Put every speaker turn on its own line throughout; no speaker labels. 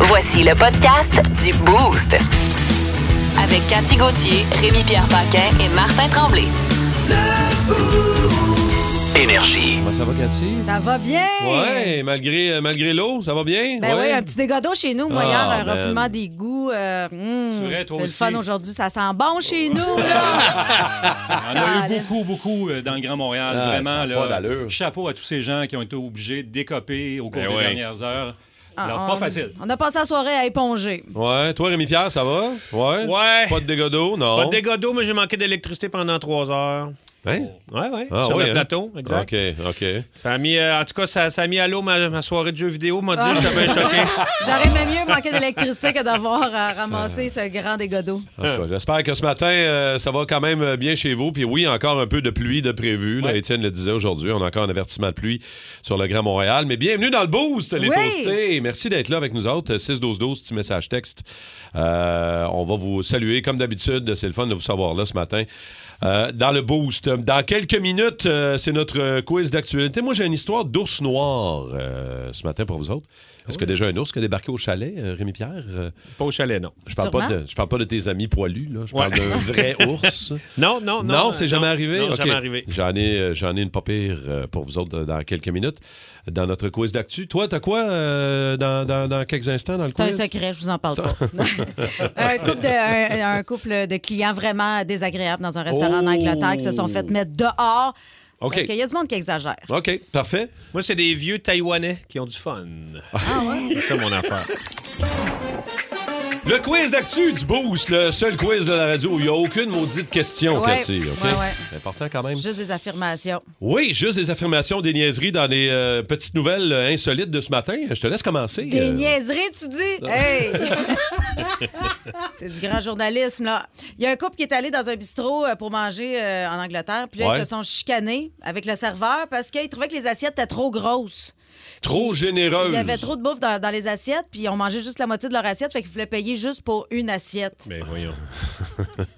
Voici le podcast du Boost. Avec Cathy Gauthier, Rémi-Pierre Paquin et Martin Tremblay.
Énergie.
Comment ça va, Cathy?
Ça va bien?
Ouais, malgré, euh, malgré l'eau, ça va bien?
Ben oui,
Ouais.
un petit dégât d'eau chez nous. Moi,
Ah,
hier, un
man.
refoulement des goûts. euh, hmm,
C'est vrai, toi
le
aussi.
fun aujourd'hui. Ça sent bon chez nous, là.
On a
Ah,
eu
là.
beaucoup, beaucoup euh, dans le Grand Montréal.
Ah, ça
vraiment,
a
là,
pas d'allure.
chapeau à tous ces gens qui ont été obligés de décoper au cours
Ben
des
ouais.
dernières heures. Alors,
Ah, on,
pas facile.
On a passé la soirée à éponger.
Ouais, toi, Rémi-Pierre, ça va? Ouais?
Ouais.
Pas de dégâts d'eau, non?
Pas de dégâts d'eau, mais j'ai manqué d'électricité pendant trois heures.
Hein?
Ouais, ouais.
Ah,
sur
ouais,
le
hein?
plateau, exact.
OK, OK.
Ça a mis, euh, en tout cas, ça, ça a mis à l'eau ma, ma soirée de jeux vidéo. M'a dit,
Ah.
j'étais bien choqué.
J'aurais même mieux manqué d'électricité que d'avoir à ramasser ce grand dégât d'eau.
En
Hein.
tout cas, j'espère que ce matin, euh, ça va quand même euh, bien chez vous. Puis oui, encore un peu de pluie de prévu. Là, Étienne le disait aujourd'hui, on a encore un avertissement de pluie sur le Grand Montréal. Mais bienvenue dans le boost, les
Oui.
toastés. Merci d'être là avec nous autres. 6-12-12, petit message texte. Euh, on va vous saluer comme d'habitude. C'est le fun de vous savoir là ce matin. euh, dans le boost. Dans quelques minutes, euh, c'est notre euh, quiz d'actualité. Moi, j'ai une histoire d'ours noir euh, ce matin pour vous autres. Est-ce que déjà un ours qui a débarqué au chalet, euh, Rémi-Pierre? Euh,
Pas au chalet, non.
je parle, pas
Sûrement.
de, je parle pas de tes amis poilus, là. Je parle
Ouais.
d'un vrai ours.
Non, non, non.
Non, c'est jamais arrivé.
Non,
Ok.
jamais arrivé.
J'en ai, euh, j'en ai une pas pire euh, pour vous autres euh, dans quelques minutes dans notre quiz d'actu. Toi, t'as quoi euh, dans, dans- dans quelques instants dans le
C'est un
quiz?
secret, je vous en parle pas. un, couple de, un- un couple de clients vraiment désagréables dans un restaurant en
Oh.
Angleterre qui se sont fait mettre dehors.
OK.
Parce qu'il y a du monde qui exagère.
Ok, parfait. Ah.
Moi, c'est des vieux Taïwanais qui ont du fun. C'est ça mon affaire.
Le quiz d'actu du Boost, le seul quiz de la radio où il n'y a aucune maudite question,
Ouais.
Cathy. OK?
Ouais, ouais.
C'est important quand même.
Juste des affirmations.
Oui, juste des affirmations, des niaiseries dans les euh, petites nouvelles euh, insolites de ce matin. Je te laisse commencer.
Des
euh.
niaiseries, tu dis? Hey! c'est du grand journalisme, là. Il y a un couple qui est allé dans un bistrot euh, pour manger euh, en Angleterre, puis là,
Ouais.
ils se sont chicanés avec le serveur parce qu'ils trouvaient que les assiettes étaient trop grosses.
Trop généreuse.
Il y avait trop de bouffe dans, dans les assiettes, puis ils ont mangé juste la moitié de leur assiette, fait qu'ils voulaient payer juste pour une assiette.
Mais voyons.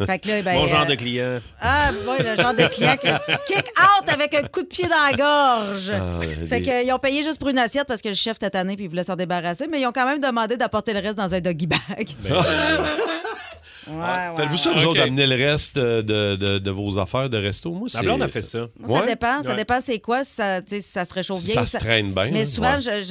Fait que là, ben,
Mon genre
euh,
de client.
Ah, oui, le genre de client
Ah,
que tu kick out avec un coup de pied dans la gorge.
Ah.
fait
Euh, des-
qu'ils ont payé juste pour une assiette parce que le chef était tanné puis il voulait s'en débarrasser, mais ils ont quand même demandé d'apporter le reste dans un doggy bag.
Ben,
ouais, ouais,
Faites-vous
ouais.
ça, vous
Ok.
autres, d'amener le reste euh, de, de- de vos affaires de resto? Moi, c'est...
La blonde a fait ça.
Moi, Ça
Ouais.
dépend, ça
Ouais.
dépend c'est quoi, si ça, tu sais, si ça se réchauffe
Si
bien.
ça
ou
se traîne bien, là.
Mais souvent,
Ouais.
je,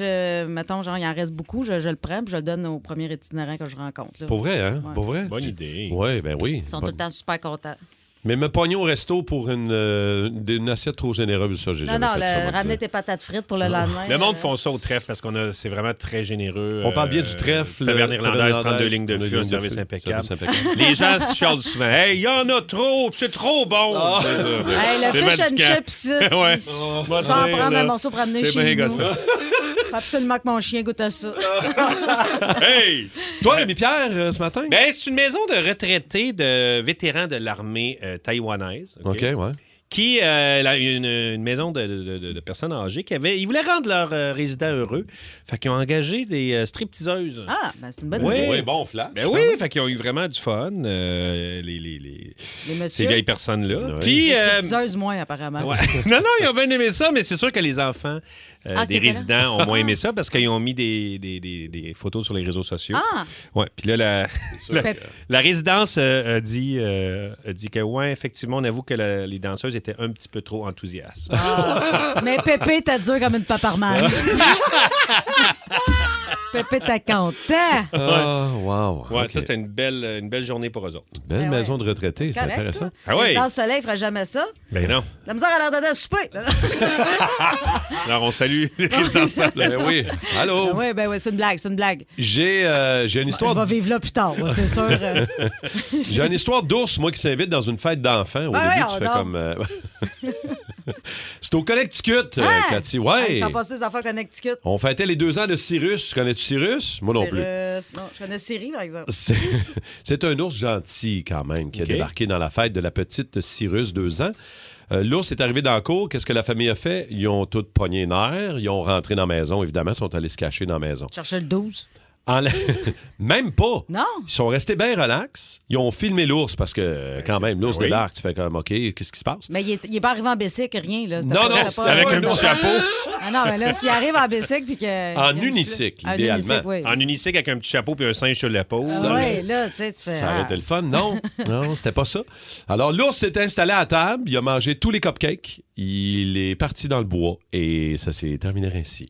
je- mettons, genre, il en reste beaucoup, je, je le prends puis je le donne au premier itinérant que je rencontre. là.
Pour vrai, hein?
Ouais.
Pour vrai?
Bonne idée.
Oui, ben oui.
Ils sont
Bon-
tout le temps super contents.
Mais me pogner au resto pour une, euh, des- une assiette trop généreuse, ça, j'ai
Non,
jamais
non,
fait
le-
ça, moi,
ramener
tu sais.
tes patates frites pour le lendemain.
Le monde
euh,
font ça au trèfle parce qu'on a, c'est vraiment très généreux. euh,
On parle bien du trèfle,
Taverne
le-
irlandaise,
taverne
32 lignes de
irlandaise,
fût, un
32
service
lignes de fût,
impeccable.
service impeccable.
Les gens se chialent souvent. Hey, il y en a trop, puis c'est trop bon.
Ah.
Euh,
Hey, le
C'est
fish and
fatigant.
chips, ici,
Ouais.
Je vais en prendre
là.
un morceau pour amener
C'est
chez
bien
nous.
gossant.
Faut absolument que mon chien goûte à ça.
Hey!
Toi, Rémi-Pierre, euh, ce matin?
Ben, c'est une maison de retraités de vétérans de l'armée euh, taïwanaise. OK.
OK, ouais.
Qui, euh, là, une, une maison de, de- de- de personnes âgées qui avait. Ils voulaient rendre leurs euh, résidents heureux. Fait qu'ils ont engagé des euh, stripteaseuses.
Ah, ben c'est une bonne
Oui.
idée.
Oui, bon flash. hein.
Ben oui, fait qu'ils ont eu vraiment du fun, euh, les- les-
Les
les- ces
messieurs,
vieilles personnes-là.
Ouais.
Puis, euh,
les diseuses moins, apparemment.
Ouais. non, non, ils ont bien aimé ça, mais c'est sûr que les enfants euh,
Ah, qui
des
étaient là.
résidents ont moins
Ah.
aimé ça parce qu'ils ont mis des, des- des- des photos sur les réseaux sociaux.
Ah!
Ouais. Puis là, la, la,
que-
la résidence euh, a dit, euh, a dit que, ouais, effectivement, on avoue que la- les danseuses étaient un petit peu trop enthousiastes.
Ah. Mais Pépé, t'as dur comme une paparmane. Pépé, t'as content.
Ah, wow.
Ouais,
OK.
ça, c'était une belle, une belle journée pour eux autres.
Ben
Belle maison
ouais.
de retraités, c'est
Correct,
intéressant.
ça.
Ah oui.
Et Dans le soleil, il ferait jamais ça.
Ben non.
La misère à l'air d'aller à souper.
Alors, on salue les résidences.
Ben oui.
Ben
Allô?
oui, ben oui, c'est une blague, c'est une blague.
J'ai, euh, j'ai une
Je
histoire
vais vivre là plus tard, moi, c'est sûr. euh.
J'ai une histoire d'ours, moi, qui s'invite dans une fête d'enfants. Au
Ben
début,
voyons
tu fais
donc.
comme. euh, C'est au Connecticut, euh,
Hein?
Cathy. Ouais.
Hey, Ils sont passés des affaires Connecticut.
On fêtait les deux ans de Cyrus. Connais-tu Cyrus? Moi non plus.
Cyrus. Non, je connais Siri, par exemple.
C'est c'est un ours gentil, quand même, qui
OK.
a débarqué dans la fête de la petite Cyrus, deux ans. Euh, L'ours est arrivé dans la cour. Qu'est-ce que la famille a fait? Ils ont tous pogné les nerfs. Ils ont rentré dans la maison, évidemment. Ils sont allés se cacher dans la maison.
Chercher le 12.
En la- même pas.
Non.
Ils sont restés bien relax. Ils ont filmé l'ours parce que, euh, quand même, l'ours
oui.
de l'arc, tu fais comme, OK, qu'est-ce qui se passe?
Mais il est, il est pas arrivé en bicycle, rien. Là. C'était
Non,
pas-
non,
c'était pas-
avec un
Non.
petit chapeau. Ah,
Ah non, mais là, s'il arrive en bicycle puis que.
En
il y a une-
unicycle,
en
idéalement.
unicycle, oui.
En unicycle avec un petit chapeau puis un singe sur l'épaule.
Ah ouais, là, tu sais, tu fais.
Ça
ah.
aurait été le fun. Non, non, c'était pas ça. Alors, l'ours s'est installé à table, il a mangé tous les cupcakes, il est parti dans le bois et ça s'est terminé ainsi.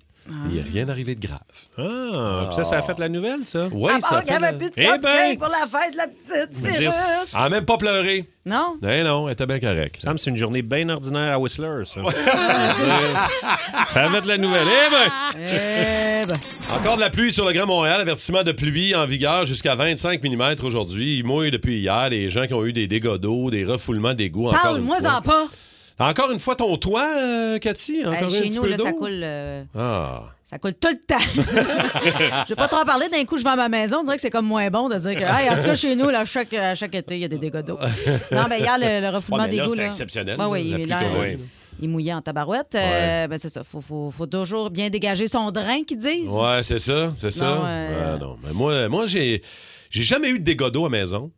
Il n'est rien arrivé de grave.
Ah, puis ça, ça a fait la nouvelle, ça.
Oui,
Ah, bon,
ça
il y avait
fait...
plus de
Eh ben,
cupcakes pour la fête de la petite
dire-
Cyrus.
Ah, même pas pleuré.
Non?
Eh non, elle était bien correcte.
Sam, c'est une journée bien ordinaire à Whistler, ça. ça va être la nouvelle. Eh ben!
Eh ben.
Encore de la pluie sur le Grand Montréal. Avertissement de pluie en vigueur jusqu'à 25 mm aujourd'hui. Il mouille depuis hier. Les gens qui ont eu des dégâts d'eau, des refoulements d'égouts. encore une
Parle-moi
fois.
en pas.
Encore une fois, ton toit, euh, Cathy? Encore
Hey,
un
chez
petit
nous,
peu
là, ça
d'eau?
coule. euh,
Ah.
Ça coule tout le temps. Je vais pas trop en parler. D'un coup, je vais à ma maison. On dirait que c'est comme moins bon de dire que, hey, en tout cas, chez nous, là, chaque, à chaque été, il y a des dégâts d'eau. Non, mais hier, le, le refoulement
Ouais, mais
des
là,
goûts.
c'était exceptionnel,
Ouais,
là,
oui,
la
il,
pluie
là,
tombait.
il- il mouillait en tabarouette. Euh, ben, c'est ça. Faut, faut, faut toujours bien dégager son drain, qu'ils disent.
Ouais, c'est ça, c'est ça.
Sinon, euh,
Ah, non, mais moi, moi j'ai, j'ai jamais eu de dégâts d'eau à maison,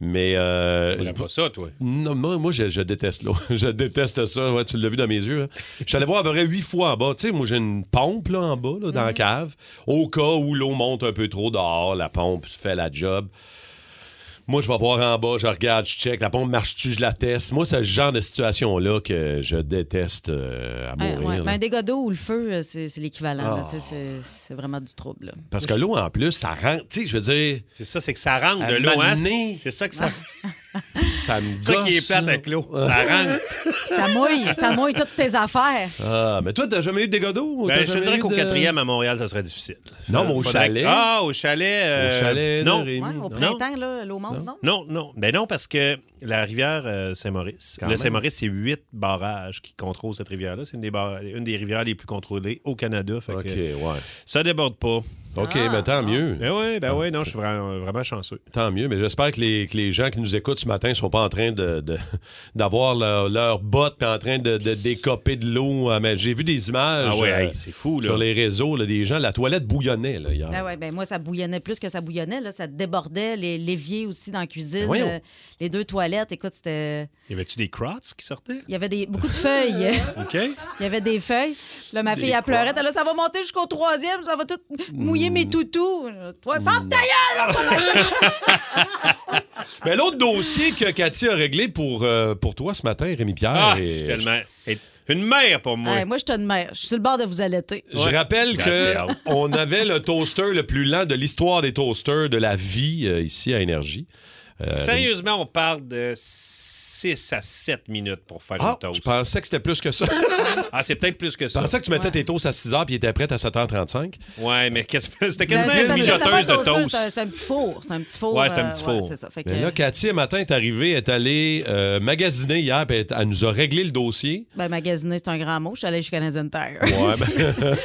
mais euh,
T'aimes pas ça, toi.
non, moi, moi, je, je déteste l'eau. je déteste ça. Ouais, tu l'as vu dans mes yeux. hein. Je suis allé voir à peu près huit fois en bas. Tu sais, moi, j'ai une pompe là, en bas, là, dans la
Mm.
cave, au cas où l'eau monte un peu trop dehors, la pompe fait la job. Moi, je vais voir en bas, je regarde, je check, la pompe marche-tu, je la teste. Moi, c'est ce genre de situation-là que je déteste euh, à
Ouais,
mourir.
ouais. Ben,
là.
Mais un dégât d'eau ou le feu, euh, c'est c'est l'équivalent. là.
Ah.
Tu sais, C'est c'est vraiment du trouble. là.
Parce que l'eau, en plus, ça rentre. Tu sais, je veux dire.
C'est ça, c'est que ça rentre de
À
l'eau, hein?
m'amener.
C'est ça que ça fait.
ah, Ça Ah. me
C'est ça qui
gosse,
est plate
là.
avec l'eau. Ça rentre.
Ça mouille. ça mouille toutes tes affaires.
Ah, mais toi, t'as jamais eu de dégâts d'eau?
Ben,
T'as
je te
jamais
dirais
eu
qu'au
de-
quatrième à Montréal, ça serait difficile.
Non, mais au
Faudrait-
chalet.
Ah, au chalet. euh,
Au chalet de
non.
Rémi.
Ouais, au
Non.
printemps, là, l'eau monte, non?
Non, non. Ben non, parce que la rivière euh, Saint-Maurice,
Quand
le
même.
Saint-Maurice, c'est huit barrages qui contrôlent cette rivière-là. C'est une, des bar- une des rivières les plus contrôlées au Canada. Fait que
OK, ouais.
ça déborde pas.
OK,
Ah,
mais tant mieux. Ah.
Ben oui, ben oui, non, je suis vraiment, vraiment chanceux.
Tant mieux, mais j'espère que les, que les gens qui nous écoutent ce matin ne sont pas en train de, de- d'avoir leur, leur botte puis en train de, de décoper de l'eau. Ah, mais J'ai vu des images
Ah ouais,
euh,
hey, c'est fou, là.
sur les réseaux, là, des gens, la toilette bouillonnait là, hier.
Ah ouais, ben moi, ça bouillonnait plus que ça bouillonnait. Là, ça débordait. Les- L'évier aussi dans la cuisine.
Ben Voyons.
euh, les deux toilettes. Écoute, c'était.
Y avait-tu des crottes qui sortaient?
Il y avait des, beaucoup de feuilles.
OK.
Il y avait des feuilles. Là, ma fille, elle pleurait. Elle a dit, ça va monter jusqu'au troisième. Ça va tout
Mm.
mouiller mes toutous. Toi, ferme ta gueule!
Mais Ben, l'autre dossier que Cathy a réglé pour, euh, pour toi ce matin, Rémi-Pierre,
Ah,
et-
je suis tellement. et- Une mère pour moi.
Hey, moi, je te mère. Je suis sur le bord de vous allaiter.
Je
Ben,
rappelle que
c'est hâte.
on avait le toaster le plus lent de l'histoire des toasters de la vie euh, ici à Énergie. Euh,
Sérieusement, on parle de 6 à 7 minutes pour faire
Ah,
une toast.
je pensais que c'était plus que ça.
Ah, c'est peut-être plus que
Je
ça.
pensais que tu mettais tes toasts à 6 h puis ils étaient prêts à 7h35.
Ouais, mais qu'est-ce que-
C'est-
c'était quasiment
c'est-
une
c'est- c'est pas un
mijoteuse de
toaster,
toast.
C'est un- c'est un petit four. C'est un petit four.
Ouais, c'est un petit
euh, ouais,
four.
c'est ça. Fait que-
Mais Ben là, Cathy, un matin, est arrivée, est allée euh, magasiner hier, puis elle- elle nous a réglé le dossier.
ben, magasiner, c'est un grand mot. Je suis allée chez Canadian Tire.
Ouais, ben,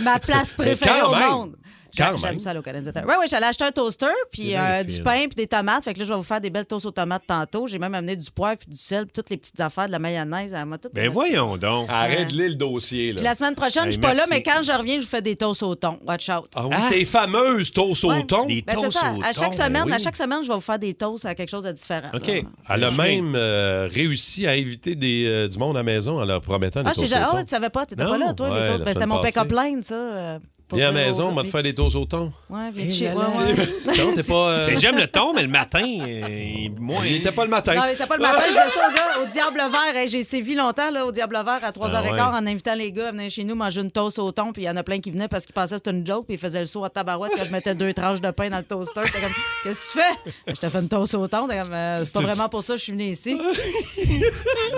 ma place
ben,
préférée
quand
au
même.
monde.
Quand
J'a- J'aime
même.
ça aller au Canadien. Oui, oui, j'allais acheter un toaster, puis
bien
euh,
fine.
du pain, puis des tomates. Fait que là, je vais vous faire des belles toasts aux tomates tantôt. J'ai même amené du poivre, puis du sel, puis toutes les petites affaires, de la mayonnaise. Elle m'a tout-
Ben voyons donc.
Ah, arrête de lire le dossier.
Puis
Là.
la semaine prochaine,
Hey,
je suis pas là,
merci.
mais quand je reviens, je vous fais des toasts au thon. Watch out.
Ah oui,
Ah.
tes fameuses toasts au
Ouais.
thon.
Des-
Ben, c'est
toasts
ça.
au
À chaque
thon,
semaine,
oui.
à chaque semaine, je vais vous faire des toasts à quelque chose de différent.
OK.
là.
Elle a
Je
même euh, réussi à inviter des, euh, du monde à la maison en leur promettant
Ah,
des
je t'ai
toasts
déjà.
au
Ah,
thon.
ouais, tu savais pas, t'étais
Non,
pas là, toi,
ouais,
les
la
toasts. Ben, c'était
semaine
mon
passée.
pick-up line, ça. euh, pour
Viens à la
dire aux-
maison, on va te faire des toasts au thon.
Ouais, viens
Eh
te chez
là
moi.
là. Non, t'es pas... euh,
Mais j'aime le ton, mais le matin, euh, moi.
Il était pas le matin.
Non, mais c'était pas le matin, je disais ça aux gars, au Diable Vert. Hey, J'ai sévi longtemps là, au Diable Vert à
Ah,
3h15
ouais.
en invitant les gars à venir chez nous manger une toast au thon. Puis il y en a plein qui venaient parce qu'ils pensaient que c'était une joke. Puis ils faisaient le saut à tabarouette quand je mettais deux tranches de pain dans le toaster. T'es comme, qu'est-ce que tu fais? Je te fais une toast au thon. T'es comme, Euh, c'est pas vraiment pour ça que je suis venu ici.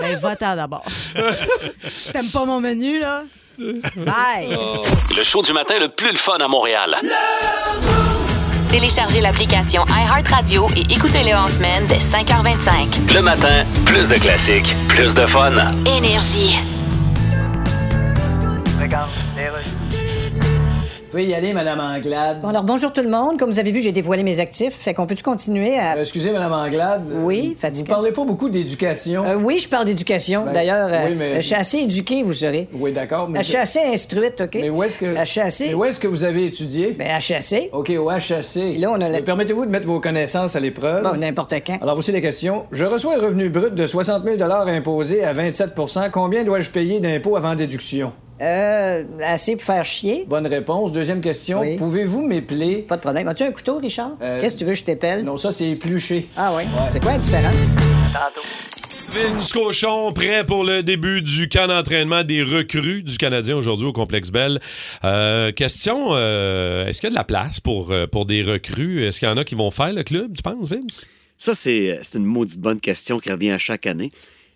ben, va-t'en d'abord. Si T'aimes pas mon menu, là?
Ah,
Bye!
Le show du matin le plus le fun à Montréal.
Téléchargez l'application iHeartRadio et écoutez-le en semaine dès 5h25.
Le matin, plus de classiques, plus de fun.
Énergie.
pouvez y aller, Madame Anglade.
Bon, alors bonjour tout le monde. Comme vous avez vu, j'ai dévoilé mes actifs. Fait qu'on peut-tu continuer à.
Euh, excusez, Madame Anglade.
Oui,
Vous Vous
fatigué.
parlez pas beaucoup d'éducation.
Euh, oui, je parle d'éducation.
Ben,
D'ailleurs, euh,
oui, mais-
je suis assez éduquée, vous saurez.
Oui, d'accord, mais...
Je suis assez instruite, OK? Ah,
Mais où est-ce que...
À chasser.
Mais où est-ce que vous avez étudié?
Ben, à chasser.
OK, au HAC.
Et là, on a la-
Mais Permettez-vous de mettre vos connaissances à l'épreuve.
Bon, n'importe quand.
Alors, voici les questions. Je reçois un revenu brut de 60 000 imposé à 27 Combien dois-je payer d'impôts avant déduction?
Euh, assez pour faire chier.
Bonne réponse. Deuxième question.
Oui.
Pouvez-vous m'épeler?
Pas de problème. As-tu un couteau, Richard?
Euh,
Qu'est-ce que tu veux que je t'épelle?
Non, ça, c'est épluché.
Ah oui? C'est quoi la différence?
Vince Cochon, prêt pour le début du camp d'entraînement des recrues du Canadien aujourd'hui au Complexe Bell. Euh, question, euh, est-ce qu'il y a de la place pour, euh, pour des recrues? Est-ce qu'il y en a qui vont faire le club, tu penses, Vince?
Ça, c'est euh, c'est une maudite bonne question qui revient à chaque année.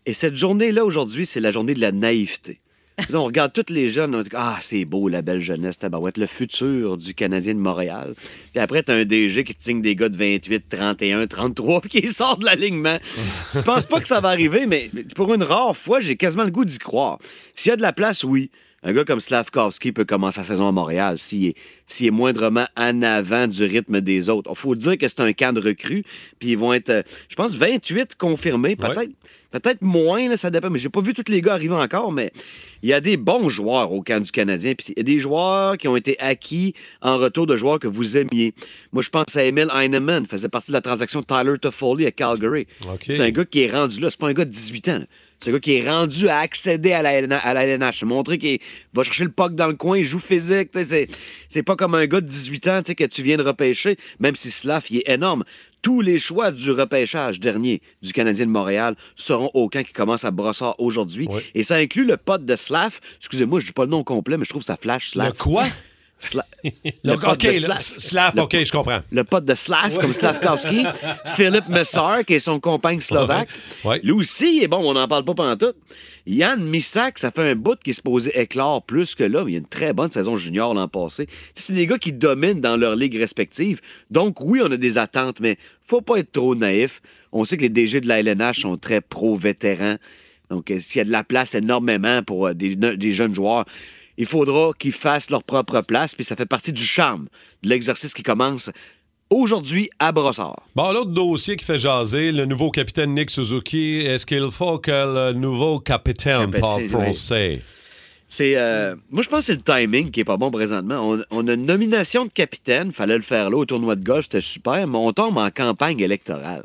Et cette journée-là, aujourd'hui, c'est la journée de la naïveté. Là, on regarde tous les jeunes, on dit Ah, c'est beau, la belle jeunesse, tabarouette, le futur du Canadien de Montréal. Puis après, t'as un DG qui te signe des gars de 28, 31, 33, puis qui sort de l'alignement. Je pense pas que ça va arriver, mais pour une rare fois, j'ai quasiment le goût d'y croire. S'il y a de la place, oui. Un gars comme Slavkovski peut commencer sa saison à Montréal s'il est, s'il est moindrement en avant du rythme des autres. Il faut dire que c'est un camp de recrues, puis ils vont être, euh, je pense, 28 confirmés, peut-être peut-être moins, là, ça dépend, mais j'ai pas vu tous les gars arriver encore, mais il y a des bons joueurs au camp du Canadien, puis il y a des joueurs qui ont été acquis en retour de joueurs que vous aimiez. Moi, je pense à Emil Heinemann, il faisait partie de la transaction Tyler Toffoli à Calgary.
OK.
C'est un gars qui est rendu là. C'est pas un gars de 18 ans. là. C'est un gars qui est rendu à accéder à la, LN à la LNH. Montrer qu'il va chercher le puck dans le coin, il joue physique. tu sais, C'est, c'est pas comme un gars de 18 ans tu sais, que tu viens de repêcher, même si Slav, il est énorme. Tous les choix du repêchage dernier du Canadien de Montréal seront au camp qui commence à Brossard aujourd'hui.
Oui.
Et ça inclut le pote de Slav. Excusez-moi, je dis pas le nom complet, mais je trouve que ça flash, Slav.
Le quoi?
Sla-
Le-
pote
OK,
de
le-
Slav.
Slav,
Le-
OK, je comprends.
le pote de Slav, comme Slavkovski, Philippe Messar, qui est son compagne slovaque.
Ouais, ouais.
Lui aussi, il est bon, on n'en parle pas pantoute. Yann Misak, ça fait un bout qu'il se posait éclore plus que là, mais il y a une très bonne saison junior l'an passé. C'est des gars qui dominent dans leurs ligues respectives. Donc, oui, on a des attentes, mais faut pas être trop naïf. On sait que les DG de la LNH sont très pro-vétérans. Donc, euh, s'il y a de la place énormément pour euh, des, des jeunes joueurs, il faudra qu'ils fassent leur propre place, puis ça fait partie du charme de l'exercice qui commence aujourd'hui à Brossard.
Bon, l'autre dossier qui fait jaser, le nouveau capitaine Nick Suzuki, est-ce qu'il faut que le nouveau capitaine
Capitaine,
parle
oui.
français?
C'est, euh, moi, je pense que c'est le timing qui est pas bon présentement. On, on a une nomination de capitaine, fallait le faire là au tournoi de golf, c'était super, mais on tombe en campagne électorale.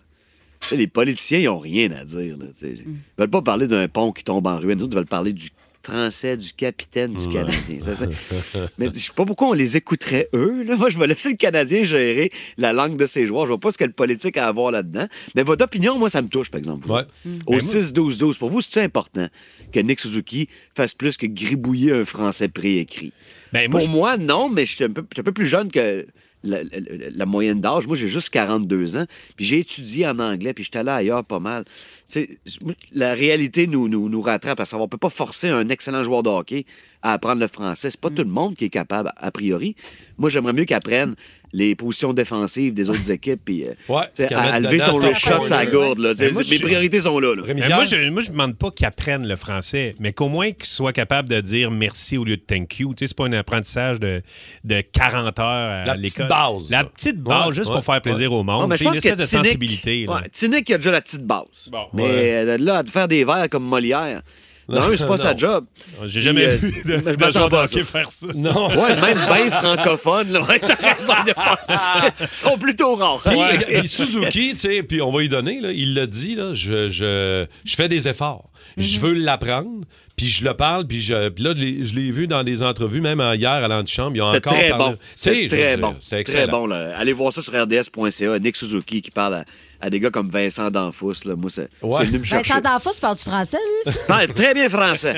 Tu sais, les politiciens, ils n'ont rien à dire. Là, tu sais. Ils veulent pas parler d'un pont qui tombe en ruine. Nous autres, Ils veulent parler du français, du capitaine, du Canadien. Ça, ça- Mais je sais pas pourquoi on les écouterait eux. là. Moi, je vais laisser le Canadien gérer la langue de ses joueurs. Je vois pas ce que le politique a à voir là-dedans. Mais votre opinion, moi, ça me touche, par exemple. vous.
Ouais.
Ben,
Au 6-12-12, pour vous, c'est important que Nick Suzuki fasse plus que gribouiller un français préécrit.
Ben, moi,
Pour
je-
moi, non, mais je suis un peu, je suis un peu plus jeune que la, la- la- la moyenne d'âge. Moi, j'ai juste 42 ans, puis j'ai étudié en anglais, puis j'étais allé ailleurs pas mal. Tu sais, moi, la réalité nous, nous, nous rattrape à savoir, on peut pas forcer un excellent joueur de hockey à apprendre le français. C'est pas
Mm.
tout le monde qui est capable, a priori. Moi, j'aimerais mieux qu'il apprenne les positions défensives des autres équipes, puis euh,
Ouais,
tu sais,
qu'il
à, à
mette
lever son
dedans,
rip
top
shot sa
corner.
gourde. là. Tu sais,
Mais moi, je
mes
suis-
priorités sont là. là.
Rémi
Mais
Pierre?
Ben, moi, je ne demande pas qu'ils apprennent le français, mais qu'au moins qu'ils soient capables de dire merci au lieu de thank you. Tu sais, c'est pas un apprentissage de, de 40 heures à
La petite
l'école.
base,
La
là.
petite base,
Ouais,
Ah, juste
ouais,
pour faire plaisir au
Ouais,
monde.
mais je
C'est une
pense que
espèce de
Tinnick-
sensibilité. là.
Ouais, Tinnick, il a déjà la petite base.
Bon.
mais
Ouais.
euh, de là, à te faire des verres comme Molière, non, c'est pas sa
Non.
job.
J'ai jamais
euh,
vu de,
je
de
m'attends
joueur de
pas à ça.
hockey faire ça.
Non.
Ouais, même bien francophone, là, ouais, t'as raison, il y a pas- ils sont plutôt rares.
Puis, puis Suzuki, tu sais, puis on va y donner, là, il l'a dit, là, je, je, je fais des efforts.
Mhm.
Je veux l'apprendre, puis je le parle, puis, je, puis là, les- je l'ai vu dans des entrevues, même euh, hier à l'antichambre, ils ont
C'est
encore
très
parlé.
bon.
Tu sais,
C'est
je
très
veux dire,
bon.
C'est
Très
excellent.
bon. là. Allez voir ça sur rds.ca. Nick Suzuki qui parle à, à des gars comme Vincent Danfous. Là. Moi, c'est
Ouais.
c'est venu me
Ben,
chercher.
ça d'enfant, tu parles du français, lui?
Parle très bien français.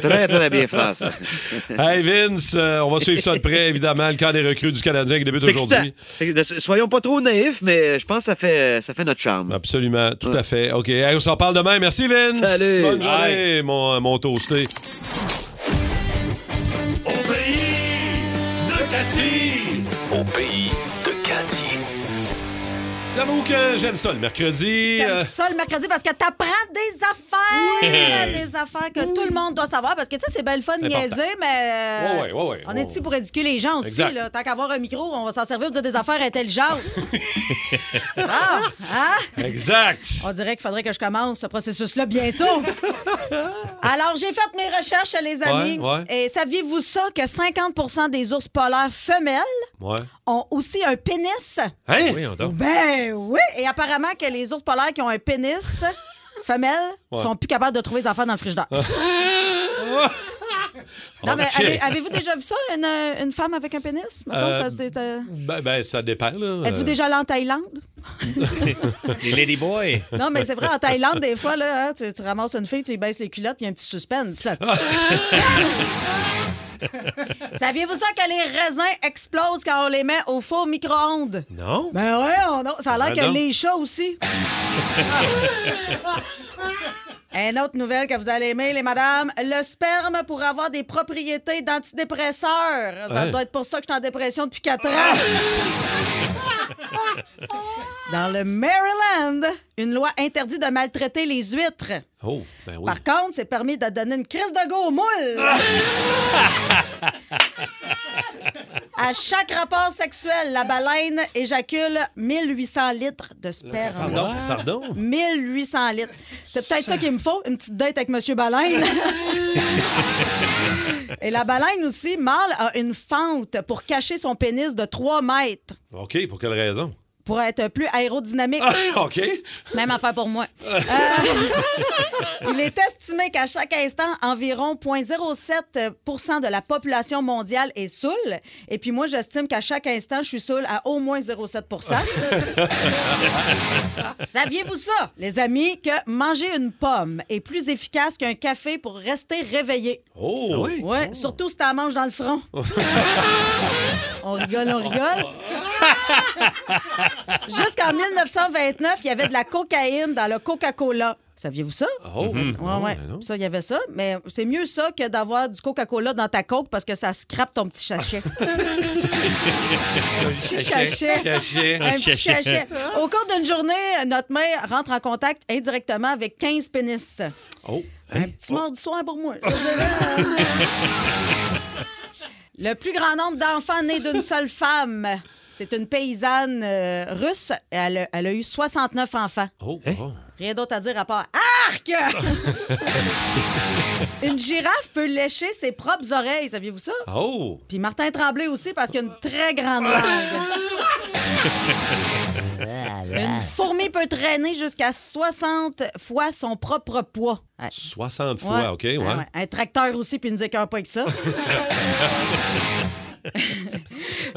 très, très bien français.
Hey Vince, euh, on va suivre ça de près, évidemment, le camp des recrues du Canadien qui débute
C'est excitant.
aujourd'hui.
Fait que, Soyons pas trop naïfs, mais je pense que ça fait, ça fait notre charme.
Absolument, tout à fait. OK, hey, on s'en parle demain. Merci Vince.
Salut.
Bonne journée, mon, euh, mon toasté.
Au pays de Cathy.
J'avoue que j'aime ça le mercredi.
T'aimes
Euh,
ça le mercredi parce que t'apprends des affaires, des affaires que tout le monde doit savoir. Parce que tu sais, c'est bien le fun de
important.
niaiser, mais euh,
Ouais, ouais, ouais, ouais.
on
Ouais,
est ici pour éduquer les gens aussi.
Exact.
Là. Tant qu'avoir un micro, on va s'en servir pour dire des affaires intelligentes. ah, hein?
Exact.
On dirait qu'il faudrait que je commence ce processus-là bientôt. Alors, j'ai fait mes recherches, les amis.
Ouais, ouais.
Et saviez-vous ça que 50 des ours polaires femelles
Ouais.
ont aussi un pénis?
Hein?
Oui, on dort.
Ben oui! Et apparemment que les ours polaires qui ont un pénis femelle
Ouais.
sont plus capables de trouver les affaires dans le frigidaire. non, mais
Ok.
avez- avez-vous déjà vu ça, une, euh, une femme avec un pénis? Mettons,
Euh,
ça, c'est, euh,
Ben, ben, ça dépend, là. Euh,
Êtes-vous déjà allé en Thaïlande?
Les Lady Boys.
Non, mais c'est vrai, en Thaïlande, des fois, là, hein, tu, tu ramasses une fille, tu lui baisses les culottes, puis il y a un petit suspense. Saviez-vous ça que les raisins explosent quand on les met au four micro-ondes?
Non?
Ben ouais, on a- ça a l'air
Ben non.
que les chats aussi. Une autre nouvelle que vous allez aimer, les madames. Le sperme pour avoir des propriétés d'antidépresseurs. Ça
Ouais.
doit être pour ça que je suis en dépression depuis 4 ans. Dans le Maryland, une loi interdit de maltraiter les huîtres.
Oh, ben oui.
Par contre, c'est permis de donner une crise de go aux moules. à chaque rapport sexuel, la baleine éjacule 1800 litres de sperme.
Pardon, pardon.
1800 litres. C'est peut-être ça qu'il me faut, une petite date avec Monsieur Baleine. Et la baleine aussi, mâle, a une fente pour cacher son pénis de 3 mètres
OK, pour quelle raison?
pour être plus aérodynamique.
Eh,
OK.
Même affaire pour moi. Euh, il est estimé qu'à chaque instant, environ 0,07 de la population mondiale est saoule. Et puis moi, j'estime qu'à chaque instant, je suis saoule à au moins 0,7 Saviez-vous ça, les amis, que manger une pomme est plus efficace qu'un café pour rester réveillé?
Oh, oui.
Ouais, surtout si t'en manges dans le front. on rigole, on rigole. Jusqu'en 1929, il y avait de la cocaïne dans le Coca-Cola. Saviez-vous ça?
Oh,
Ouais,
non,
ouais.
ben non.
Ça, il y avait ça. Mais c'est mieux ça que d'avoir du Coca-Cola dans ta coke parce que ça scrape ton petit sachet. petit sachet.
Cachet.
Un petit sachet. Au cours d'une journée, notre main rentre en contact indirectement avec 15 pénis.
Oh,
Un petit mort du soir pour moi. Le plus grand nombre d'enfants nés d'une seule femme. C'est une paysanne euh, russe. Elle, a- elle a eu 69 enfants.
oh, oh.
Rien d'autre à dire à part Arc! une girafe peut lécher ses propres oreilles, saviez-vous ça?
Oh,
Puis Martin Tremblay aussi parce qu'il a une très grande langue. une fourmi peut traîner jusqu'à 60 fois son propre poids.
60
Ouais.
fois, OK, ouais.
Ah ouais. Un tracteur aussi, puis il nous écœure pas avec ça.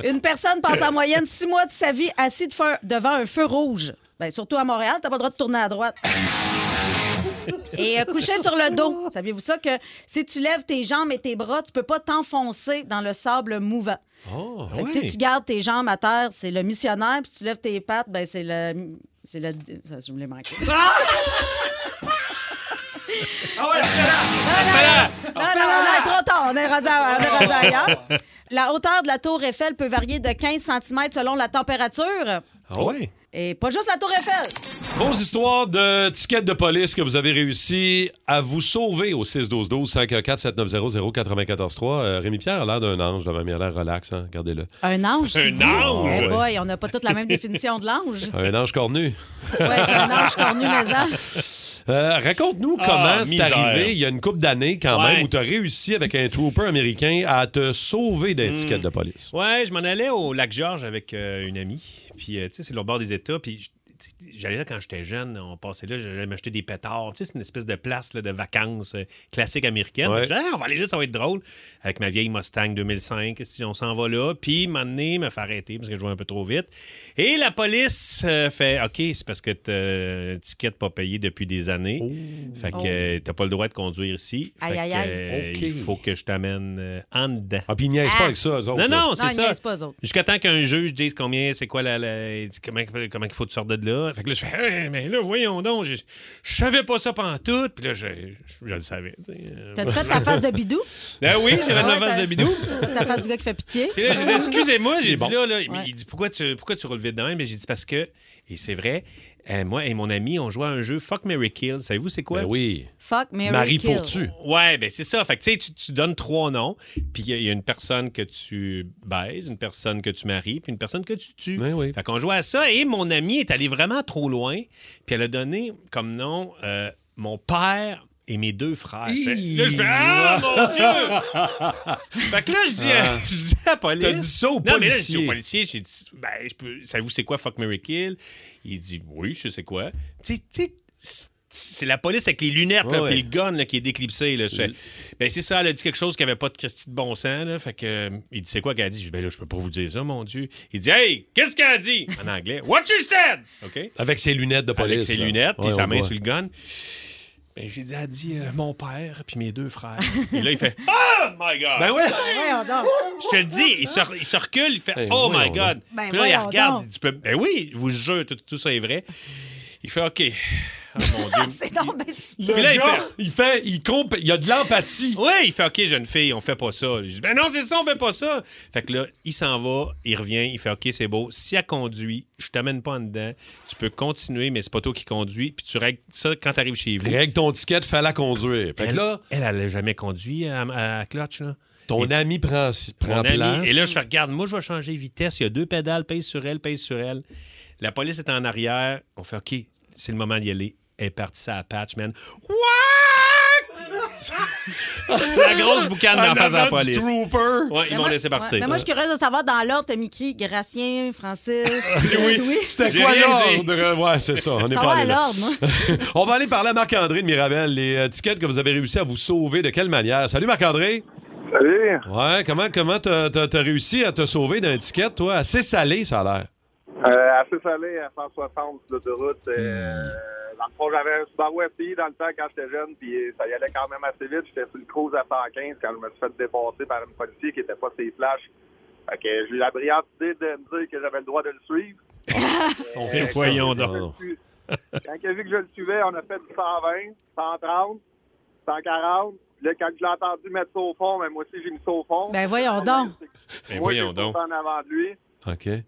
Une personne passe en moyenne six mois de sa vie assise de feu- devant un feu rouge. Ben, surtout à Montréal, t'as pas le droit de tourner à droite. Et euh, couché sur le dos. Saviez-vous ça que si tu lèves tes jambes et tes bras, tu peux pas t'enfoncer dans le sable mouvant.
Oh,
Fait que
ouais.
si tu gardes tes jambes à terre, c'est le missionnaire, puis si tu lèves tes pattes, ben c'est le c'est le ça, je me l'ai manqué. Non, non, non, non, trop tard. On est rendu, à- on est rendu ailleurs. La hauteur de la tour Eiffel peut varier de 15 cm selon la température.
Ah ouais.
Et pas juste la tour Eiffel.
Vos histoires de tickets de police que vous avez réussi à vous sauver au 612-12-514-7900-943. Euh, Rémi Pierre a l'air d'un ange, de même, il a l'air relax, hein? regardez-le.
Un ange. tu
Un
dis?
ange?
Eh boy, on n'a pas toute la même définition de l'ange.
Un ange cornu.
Ouais, c'est un ange cornu maison.
Euh, Raconte-nous comment
Ah,
c'est
misère.
arrivé il y a une couple d'années quand
Ouais.
même où tu as réussi avec un trooper américain à te sauver d'un ticket de police.
Hmm. Ouais, je m'en allais au lac Georges avec euh, une amie. Puis, euh, tu sais, c'est le bord des États. Puis, je- tu sais, j'allais là quand j'étais jeune. On passait là, j'allais m'acheter des pétards. Tu sais, c'est une espèce de place là, de vacances euh, classique américaine.
Ouais.
Je disais, Ah, on va aller là, ça va être drôle. Avec ma vieille Mustang 2005, si on s'en va là. Puis, un moment donné, me faire arrêter parce que je jouais un peu trop vite. Et la police euh, fait OK, c'est parce que t'as un ticket pas payé depuis des années.
Oh.
Fait que euh, t'as pas le droit de conduire ici. Fait
Oh. Aïe, aïe,
que,
aïe.
euh,
OK.
Il faut que je t'amène euh, en dedans.
Ah, puis ils niaisent pas avec ça, eux autres.
Non,
là.
non,
Non,
c'est
ils
ça.
niaisent pas, eux autres.
Jusqu'à temps qu'un juge dise combien, c'est quoi la. la- comment, comment il faut que tu sortes de là. Fait que là, je fais, Hein, mais là, voyons donc, je, je savais pas ça pantoute. Puis là, je, je- je le savais. tu sais. Euh,
T'as-tu fait ta face de bidou?
Ben oui, j'ai fait
Ah
ma
ouais,
face
t'as-
de bidou.
Ta face du gars qui fait pitié?
Puis là, j'ai dit, excusez-moi, j'ai dit là, là.
Ouais.
Il dit, pourquoi tu, pourquoi tu relevais de même? Mais j'ai dit, parce que, et c'est vrai, euh, moi et mon ami, on jouait à un jeu Fuck Mary Kill. Savez-vous c'est quoi?
Ben oui.
Fuck, Mary,
Marie
kill.
Fourtu.
Ouais, ben c'est ça. Fait que tu sais, tu- tu donnes trois noms, puis il y, a- il y a une personne que tu baises, une personne que tu maries, puis une personne que tu tues.
Ben oui.
Fait qu'on jouait à ça, et mon amie est allée vraiment trop loin, puis elle a donné comme nom euh, mon père et mes deux frères. Fait- là, je fais Ah, mon Dieu! fait que là, je dis, à- je dis à Pauline.
Ah. T'as dit ça au
Non, mais là, je dis au
policier.
policier, j'ai dit, ben, je peux, savez-vous c'est quoi Fuck Mary Kill? Il dit, oui, je sais quoi. Tu sais, tu sais, c'est- c'est la police avec les lunettes, là,
Ouais, ouais.
puis le gun là, qui est déclipsé. Là. Je fais, ben, c'est ça, elle a dit quelque chose qui avait pas de Christy de bon sens. Là. Fait que, euh, il dit, c'est quoi qu'elle a dit? Je dis, ben là, je peux pas vous dire ça, mon Dieu. Il dit, hey, qu'est-ce qu'elle a dit? En anglais, what you said! OK?
Avec ses lunettes de police.
Avec ses
là.
lunettes, puis
Ouais,
sa
on
main
voit.
sur le gun. Ben, j'ai dit, elle a dit euh, mon père, puis mes deux frères. Et là, il fait, oh my God!
Ben ouais!
Voyons donc.
Je te le dis, il se, il se recule, il fait
Ben,
Oh my
voyons
God.
Ben,
Puis là, il
voyons
regarde,
donc.
il dit, Tu peux- Ben oui, je vous jure, tout, tout ça est vrai. Il fait OK. Oh mon Dieu.
C'est donc ben stupide.
Puis là, il
gars,
fait-
il fait, il comp- il y a de l'empathie.
Oui, il fait OK, jeune fille, on fait pas ça. Je dis Ben non, c'est ça, on fait pas ça. Fait que là, il s'en va, il revient, il fait OK, c'est beau. Si elle conduit, je t'amène pas en dedans. Tu peux continuer, mais c'est pas toi qui conduis. Puis tu règles ça quand t'arrives chez vous.
Règle ton ticket, fallait conduire. Fait que
Elle,
là,
elle, elle a jamais conduit à, à- à clutch, là.
ton ami prend, prend
Mon ami.
place.
Et là, je fais, regarde, moi, je vais changer de vitesse. Il y a deux pédales, pèse sur elle, pèse sur elle. La police est en arrière. On fait, OK, c'est le moment d'y aller. Elle est partie, ça patch, man. What? la grosse boucane dans la face de la
avant du
police.
trooper.
Ouais, ils
Mais
m'ont
moi-
laissé partir.
ouais, mais moi, je suis curieuse de savoir dans l'ordre, t'as mis qui? Gracien, Francis, Louis.
C'était
J'ai
quoi
rien dit.
l'ordre? Ouais, c'est ça. On est
Ça
pas
va à
allé là.
l'ordre, moi.
On va aller parler à Marc-André de Mirabel. Les euh, tickets que vous avez réussi à vous sauver, de quelle manière? Salut Marc-André.
Salut.
Ouais, comment comment t'as t'as- t'as réussi à te sauver d'un ticket, toi? Assez salé, ça a l'air.
Euh, assez salé à 160 sur l'autoroute. euh,
Hmm.
dans le fond, j'avais un Subaru FTI dans le temps quand j'étais jeune, puis euh, ça y allait quand même assez vite. J'étais sur le cruise à 115 quand je me suis fait dépasser par une policier qui n'était pas ses flashs. Fait que j'ai eu la brillante idée de me dire que j'avais le droit de le suivre.
On fait, voyons donc.
Quand il a vu que je le suivais, on a fait du 120, 130, 140. Là, quand je l'ai entendu mettre ça au fond, ben, moi aussi, j'ai mis ça au fond.
Ben voyons donc.
Ben,
moi, j'ai
voyons donc.
sauté en avant de lui.
OK.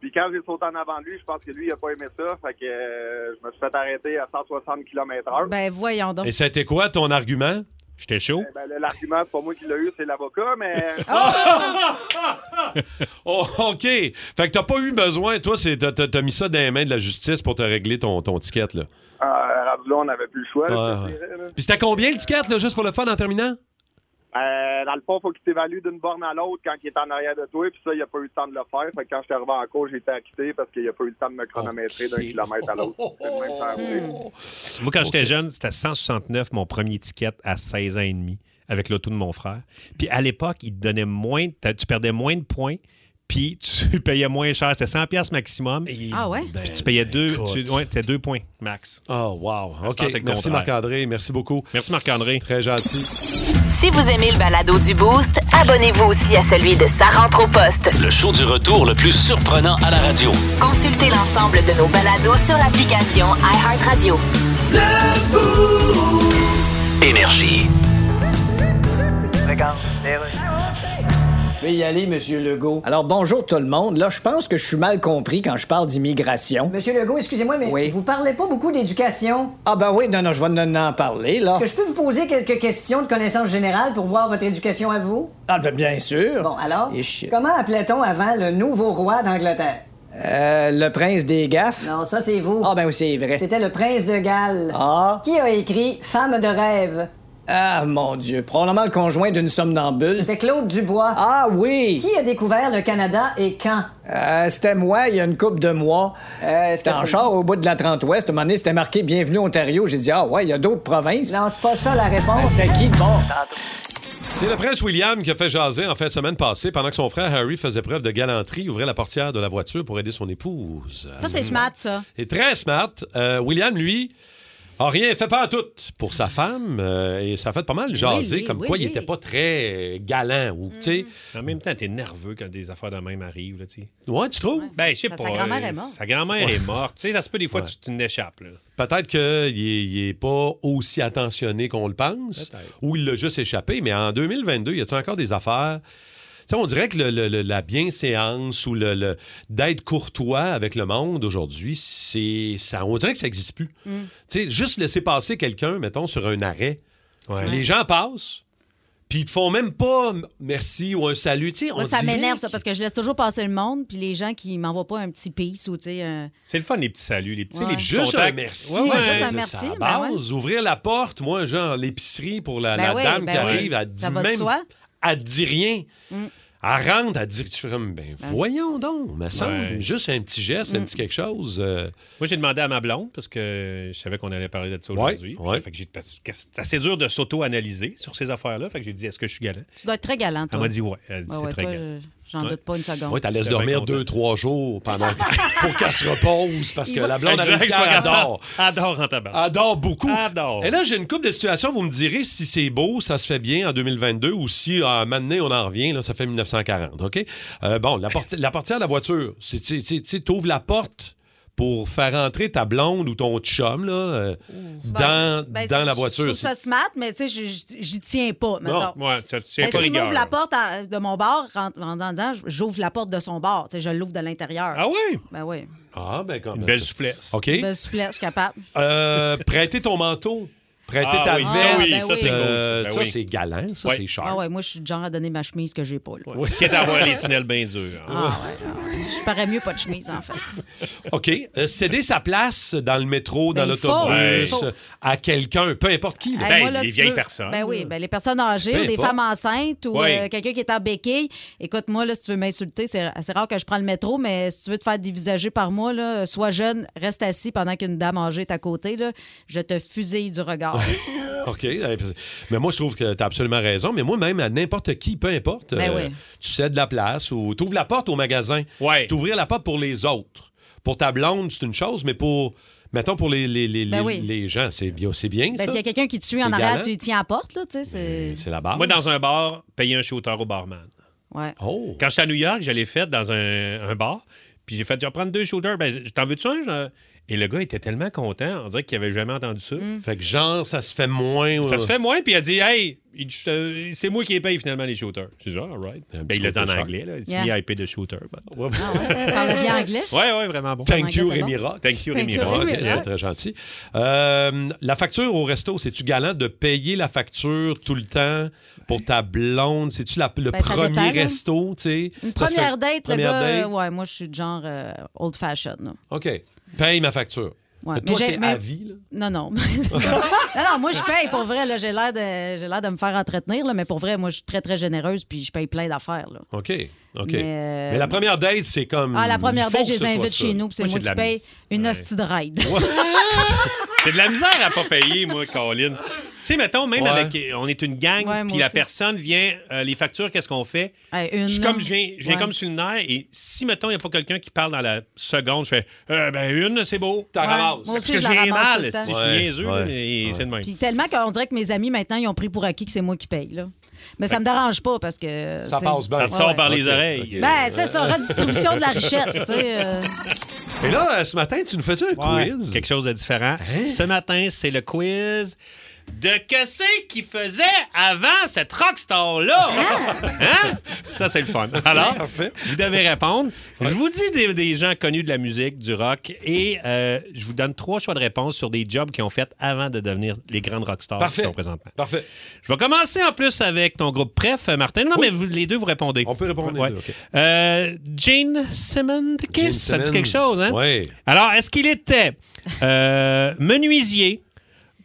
Puis quand j'ai sauté en avant de lui, je pense que lui, il a pas aimé ça. Fait que euh, je me suis fait arrêter à 160 km/h.
Ben voyons donc.
Et ça a été quoi ton argument?
J'étais chaud.
Ben, là, L'argument, c'est pas moi qui l'ai eu, c'est l'avocat, mais euh,
Ah!
Oh, OK. Fait que t'as pas eu besoin. Toi, c'est- t'as- t'as t'as mis ça dans les mains de la justice pour te régler ton, ton ticket, là.
euh, rendu là, on n'avait plus le choix. là,
Ouais,
je te dirais, là.
Puis c'était combien le ticket, là, juste pour le fun en terminant?
Euh, dans le fond, faut qu'il t'évalue d'une borne à l'autre quand il est en arrière de toi. Puis ça, il a pas eu le temps de le faire. Fait que quand je suis arrivé en cours, j'ai été acquitté parce qu'il a pas eu le temps de me chronométrer d'un kilomètre à l'autre. C'est le même temps, oui.
Oh!
Moi, quand j'étais jeune, c'était 169, mon premier ticket à 16 ans et demi, avec l'auto de mon frère. Puis à l'époque, il te donnait moins, t'as- tu perdais moins de points, puis tu payais moins cher. C'était 100 pièces maximum.
Ah ouais?
Puis tu payais deux,
Ben,
tu, ouais, t'as deux points max.
Oh, wow. OK.
c'est le
Merci,
contraire.
Marc-André. Merci beaucoup.
Merci Marc-André.
Très gentil.
Si vous aimez le balado du Boost, abonnez-vous aussi à celui de Sa rentre au poste.
Le show du retour le plus surprenant à la radio.
Consultez l'ensemble de nos balados sur l'application iHeartRadio.
Énergie.
Ah
Je vais y aller, Monsieur Legault. Alors, bonjour tout le monde. Là, je pense que je suis mal compris quand je parle d'immigration.
Monsieur Legault, excusez-moi, mais
Oui.
vous parlez pas beaucoup d'éducation.
Ah ben oui, non, non, je vais en- en parler, là.
Est-ce que je peux vous poser quelques questions de connaissance générale pour voir votre éducation à vous?
Ah ben bien sûr.
Bon, alors,
Et shit.
comment appelait-on avant le nouveau roi d'Angleterre?
Euh, le prince des gaffes.
Non, ça c'est vous.
Ah ben oui, c'est vrai.
C'était le prince de Galles.
Ah.
Qui a écrit Femme de rêve?
Ah mon Dieu, probablement le conjoint d'une somnambule.
C'était Claude Dubois.
Ah oui.
Qui a découvert le Canada et quand?
Euh, c'était moi il y a une couple de mois.
Euh,
J'étais en char au bout de la 30 Ouest. À un moment donné, c'était marqué Bienvenue Ontario. J'ai dit Ah ouais, il y a d'autres provinces. Euh,
Non, c'est pas ça la réponse.
C'était qui de bon?
C'est le prince William qui a fait jaser en fin de semaine passée pendant que son frère Harry faisait preuve de galanterie, ouvrait la portière de la voiture pour aider son épouse.
Ça, c'est smart, ça.
C'est très smart. Euh, William, lui, Ah, rien, fait pas en tout pour sa femme. euh, et ça fait pas mal jaser,
oui,
comme
oui,
quoi il
oui. Mm.
était pas très euh, galant. Ou, tu sais.
En même temps, t'es nerveux quand des affaires de même arrivent. Là, tu sais.
Ouais, tu trouves?
Ben, je sais
Sa-
pas.
sa grand-mère
euh,
est morte.
Sa grand-mère
Ouais.
est morte. Tu sais, ça se peut des fois
Ouais.
tu tu n'échappes. là.
Peut-être qu'il n'est pas aussi attentionné qu'on le pense,
Peut-être.
ou il l'a juste échappé, mais en 2022, y a-t-il encore des affaires? Tu sais, on dirait que le- le- le- la bienséance ou le, le- d'être courtois avec le monde aujourd'hui, c'est ça, on dirait que ça n'existe plus.
Mm.
Tu sais, juste laisser passer quelqu'un, mettons, sur un arrêt. Les gens passent, puis ils te font même pas m- merci ou un salut. Tu sais, on
Moi, ça
dirait-
m'énerve, ça, parce que je laisse toujours passer le monde, puis les gens qui m'envoient pas un petit peace ou, tu sais, un-
C'est le fun, les petits saluts, les petits,
Ouais.
les petits
Juste
contacts.
un merci. euh,
Ouais, ouais.
juste un
c'est
merci,
ça, la
ben ouais.
base. Ouvrir la porte, moi, genre, l'épicerie pour la,
Ben
la
oui,
dame
ben
qui
oui.
arrive, elle dit
Ça va de
même.
soi.
Elle dit rien.
Mm.
Elle rentre, elle dit. Tu fais comme, ben, voyons donc, me semble.
Ouais.
Juste un petit geste,
Mm.
un petit quelque chose. euh,
Moi, j'ai demandé à ma blonde, parce que je savais qu'on allait parler de ça aujourd'hui.
ouais.
Fait que j'ai- parce que C'est assez dur de s'auto-analyser sur ces affaires-là. Fait que j'ai dit, est-ce que je suis galant?
Tu dois être très galant, toi.
Elle m'a dit ouais. Elle dit,
Ouais,
c'est
ouais,
très
toi,
galant.
je- J'en
Ouais.
doute pas une seconde.
ouais, t'as laisse
J'étais bien
dormir
content.
deux, trois jours pendant, pour qu'elle se repose, parce que la blonde avec
Exact,
qui
je
elle
regarde.
adore.
Adore en tabac.
Adore beaucoup.
Adore.
Et là, j'ai une coupe de situations. Vous me direz si c'est beau, ça se fait bien en 2022 ou si ah, à maintenant on en revient, là, ça fait 1940. OK? Euh, bon, la, porti- la portière de la voiture, c'est- tu sais, tu ouvres la porte pour faire entrer ta blonde ou ton chum là, euh, dans,
Ben,
dans
c'est-
la
Je
voiture.
trouve ça smart, mais tu sais, je- je- j'y tiens pas, mettons.
Non, ouais, tu tu tiens
Ben,
pas
si
rigueur.
m'ouvre la porte à- de mon bar, en, en, en disant, j'ouvre la porte de son bar. Tu sais, je l'ouvre de l'intérieur.
Ah oui?
Ben oui.
Ah, ben, quand
Une belle souplesse.
OK.
Ben, souplesse, je suis capable.
Euh, prêter ton manteau. Prêter
Ah
ta
oui, ça,
veste.
oui, ça, c'est
euh,
cool, ça. Ben
ça,
oui.
c'est galant. Ça,
Ouais.
c'est cher.
Ah ouais, moi, je suis du genre à donner ma chemise que j'ai pas. là.
Quitte à avoir les sinelles bien hein. dures.
Ah ouais, ah ouais. Je parais mieux pas de chemise, en fait.
OK. Euh, céder sa place dans le métro, dans
Ben, il faut, il
l'autobus,
faut.
à quelqu'un, peu importe qui. là.
Hey, moi, là, si tu veux- Ben oui, ben, les personnes
Peu
âgées, des
importe.
femmes enceintes ou
Oui.
euh, quelqu'un qui est en béquille. Écoute, moi, là, si tu veux m'insulter, c'est c'est rare que je prends le métro, mais si tu veux te faire dévisager par moi, là, sois jeune, reste assis pendant qu'une dame âgée est à côté. Là, je te fusille du regard.
OK. Euh, Mais moi, je trouve que tu as absolument raison. Mais moi, même à n'importe qui, peu importe, euh,
Ben oui.
tu cèdes la place ou tu ouvres la porte au magasin. C'est ouvrir la porte pour les autres. Pour ta blonde, c'est une chose, mais pour, mettons, pour les, les, les,
Ben
les-
oui.
les gens, c'est bien. C'est bien
Ben,
ça?
S'il y a quelqu'un qui te suit
C'est hein?
en
Ben,
arrière,
galant.
tu lui tiens la porte. Là, tu sais, c'est...
C'est la barre.
Moi, dans un bar, payer un shooter au barman.
Ouais.
Oh.
Quand j'étais à New York, je l'ai fait dans un, un bar. Puis j'ai fait, je vais prendre deux shooters. Ben, je- t'en veux-tu un? Je- Et le gars était tellement content. On dirait qu'il avait jamais entendu ça.
Mm.
Fait que genre, ça se fait moins. euh,
Ça se fait moins. Puis il a dit, hey, il- je te- c'est moi qui les paye finalement les shooters. J'ai dit, all right. Ben, il l'a dit en
peu cher.
anglais. Là. Il dit,
Yeah. Ah
VIP de shooter. but-
Parle bien anglais.
Ouais, ouais, vraiment bon.
Thank you,
Anglais,
Rémi
pardon.
Rock.
Thank you,
Thank
Rémi
you,
Rock.
Rémi
Ok,
Rock.
C'est très gentil. Euh, la facture au resto, c'est-tu galant de payer la facture tout le temps pour ta blonde? C'est-tu la- le
Ben, ça
premier
dépend, là.
resto? tu sais?
Une
Ça se fait-
première date,
première
le gars.
date?
euh, ouais, moi, je suis du genre euh, old fashioned. là.
OK. Paye ma facture.
Ouais,
Mais
mais
toi,
j'ai-
c'est
mais-
à vie. là.
Non, non. non, non, moi, je paye pour vrai. là. J'ai l'air de, j'ai l'air de me faire entretenir, là, mais pour vrai, moi, je suis très, très généreuse puis je paye plein d'affaires. là.
OK. OK.
Mais,
Mais,
euh,
la première date, c'est comme.
Ah, la première
Hmm. il faut
date,
que
je les
ce soit
invite
ça.
chez nous puis c'est
Moi,
moi,
j'ai de la
qui paye une hostie de ride.
J'ai de la misère à pas payer, moi, Colin. Tu sais, mettons, même
Ouais.
avec. On est une gang,
Ouais, moi
puis la
aussi.
personne vient. euh, les factures, qu'est-ce qu'on fait?
Hey, une,
je suis comme, je viens, je viens
ouais.
comme sur le nerf, et si, mettons, il n'y a pas quelqu'un qui parle dans la seconde, je fais euh, ben une, c'est beau.
T'en
Ouais.
ramasses.
Moi aussi,
Parce que
je
j'ai
la
rien
ramasse
mal,
tout le temps.
si je
Ouais,
suis niaiseux,
ouais,
là, mais c'est le même.
Puis tellement qu'on dirait que mes amis, maintenant, ils ont pris pour acquis que c'est moi qui paye. Là. Mais ça me dérange pas parce que.
Ça
euh, tu sais,
passe bien.
Ça te sort par
Ouais, ouais.
les
OK,
oreilles.
OK.
Ben, c'est ça, redistribution de la richesse. tu sais, euh.
Et là, euh, ce matin, tu nous faisais un
Ouais,
quiz. Hein?
Quelque chose de différent. Ce matin, c'est le quiz de que c'est qu'il faisait avant cette rockstar-là.
Ah!
Hein? Ça, c'est le fun. Alors,
Parfait.
vous devez répondre. Je vous dis des, des gens connus de la musique, du rock, et euh, je vous donne trois choix de réponse sur des jobs qu'ils ont fait avant de devenir les grandes rockstars
Parfait.
qui sont présentement.
Parfait.
Je vais commencer en plus avec ton groupe Pref, euh, Martin. Non, mais vous, les deux, vous répondez.
On peut répondre. les
Ouais.
deux, OK.
Euh, Gene Simmons,
Gene
Kiss, ça dit quelque
Simmons.
chose, hein?
Ouais.
Alors, est-ce qu'il était euh, menuisier,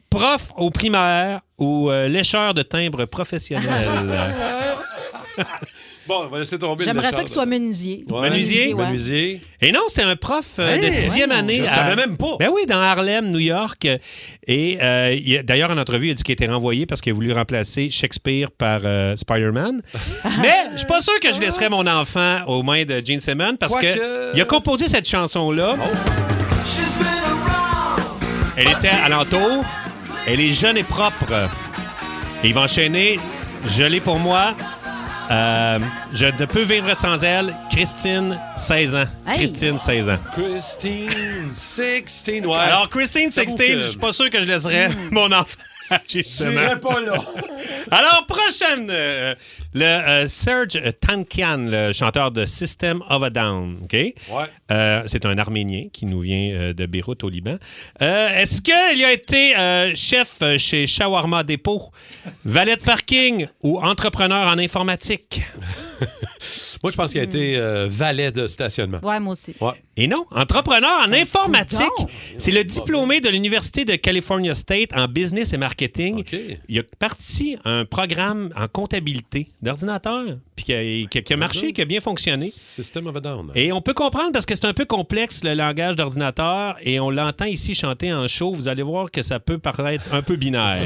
prof au primaire ou euh, lécheur de timbre professionnel?
Bon, on va laisser tomber le
euh. J'aimerais ça
décharge.
qu'il soit menuisier.
Ouais.
Menuisier?
ouais.
Menuisier.
Et non, c'était un prof euh, de
Hey!
sixième année.
Je
à-
savais même pas.
Ben oui, dans Harlem, New York. Et euh, il a- d'ailleurs, en entrevue, il a dit qu'il était renvoyé parce qu'il a voulu remplacer Shakespeare par euh, Spider-Man. Mais je suis pas sûr que je laisserais mon enfant aux mains de Gene Simmons parce
Quoique- Oh.
que il a composé cette chanson-là. Elle était alentour. Elle est jeune et propre. Et il va enchaîner. Je l'ai pour moi. Euh, je ne peux vivre sans elle. Christine, 16 ans.
Hey!
Christine, 16 ans.
Christine 16, ouais.
Alors, Christine
J'avoue
16,
que-
je suis pas sûr que je laisserais
Hmm.
mon enfant. J'irai
J'irai pas là.
Alors, prochaine, euh, le euh, Serge Tankian, le chanteur de System of a Down. OK? Euh, c'est un Arménien qui nous vient euh, de Beyrouth, au Liban. Euh, Est-ce qu'il a été euh, chef euh, chez Shawarma Dépôt, valet de parking ou entrepreneur en informatique?
Moi, je pense qu'il a été euh, valet de stationnement.
Ouais, moi aussi.
Et non, entrepreneur en informatique. C'est le diplômé de l'Université de California State en business et marketing. Il a parti à un programme en comptabilité d'ordinateur puis qui a, qui a- qui a marché, qui a bien fonctionné.
System of a Down.
Et on peut comprendre parce que c'est un peu complexe le langage d'ordinateur et on l'entend ici chanter en show. Vous allez voir que ça peut paraître un peu binaire.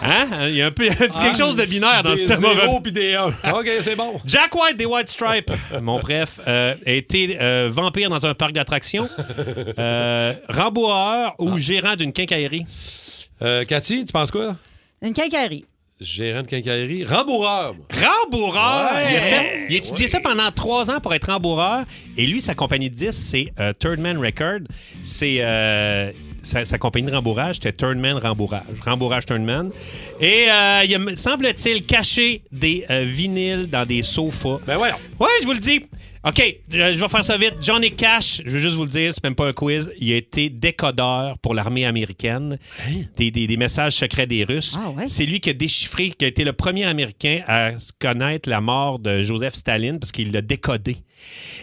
Hein? Il y a un peu il y a un petit quelque chose de binaire dans
Ah. des
ce thème.
zéros puis des uns. OK, c'est bon.
Jack White des White Stripes, mon bref, euh, a été euh, vampire dans un parc d'attractions, euh, rembourreur ou gérant d'une quincaillerie.
Euh, Cathy, tu penses quoi?
Une quincaillerie.
Gérant de quincaillerie. Rembourreur. moi.
Rembourreur!
Ouais.
Il, a fait- il a étudié ça pendant trois ans pour être rembourreur. Et lui, sa compagnie de 10, c'est euh, Third Man Record. C'est euh, sa, sa compagnie de rembourrage, c'était Third Man Rembourrage. Rembourrage Third Man. Et euh, il a, me semble-t-il, caché des euh, vinyles dans des sofas.
Ben ouais.
Ouais, je vous le dis. OK, euh, je vais faire ça vite. Johnny Cash, je veux juste vous le dire, c'est même pas un quiz. Il a été décodeur pour l'armée américaine des, des- des messages secrets des Russes. C'est lui qui a déchiffré, qui a été le premier Américain à se connaître la mort de Joseph Staline parce qu'il l'a décodé.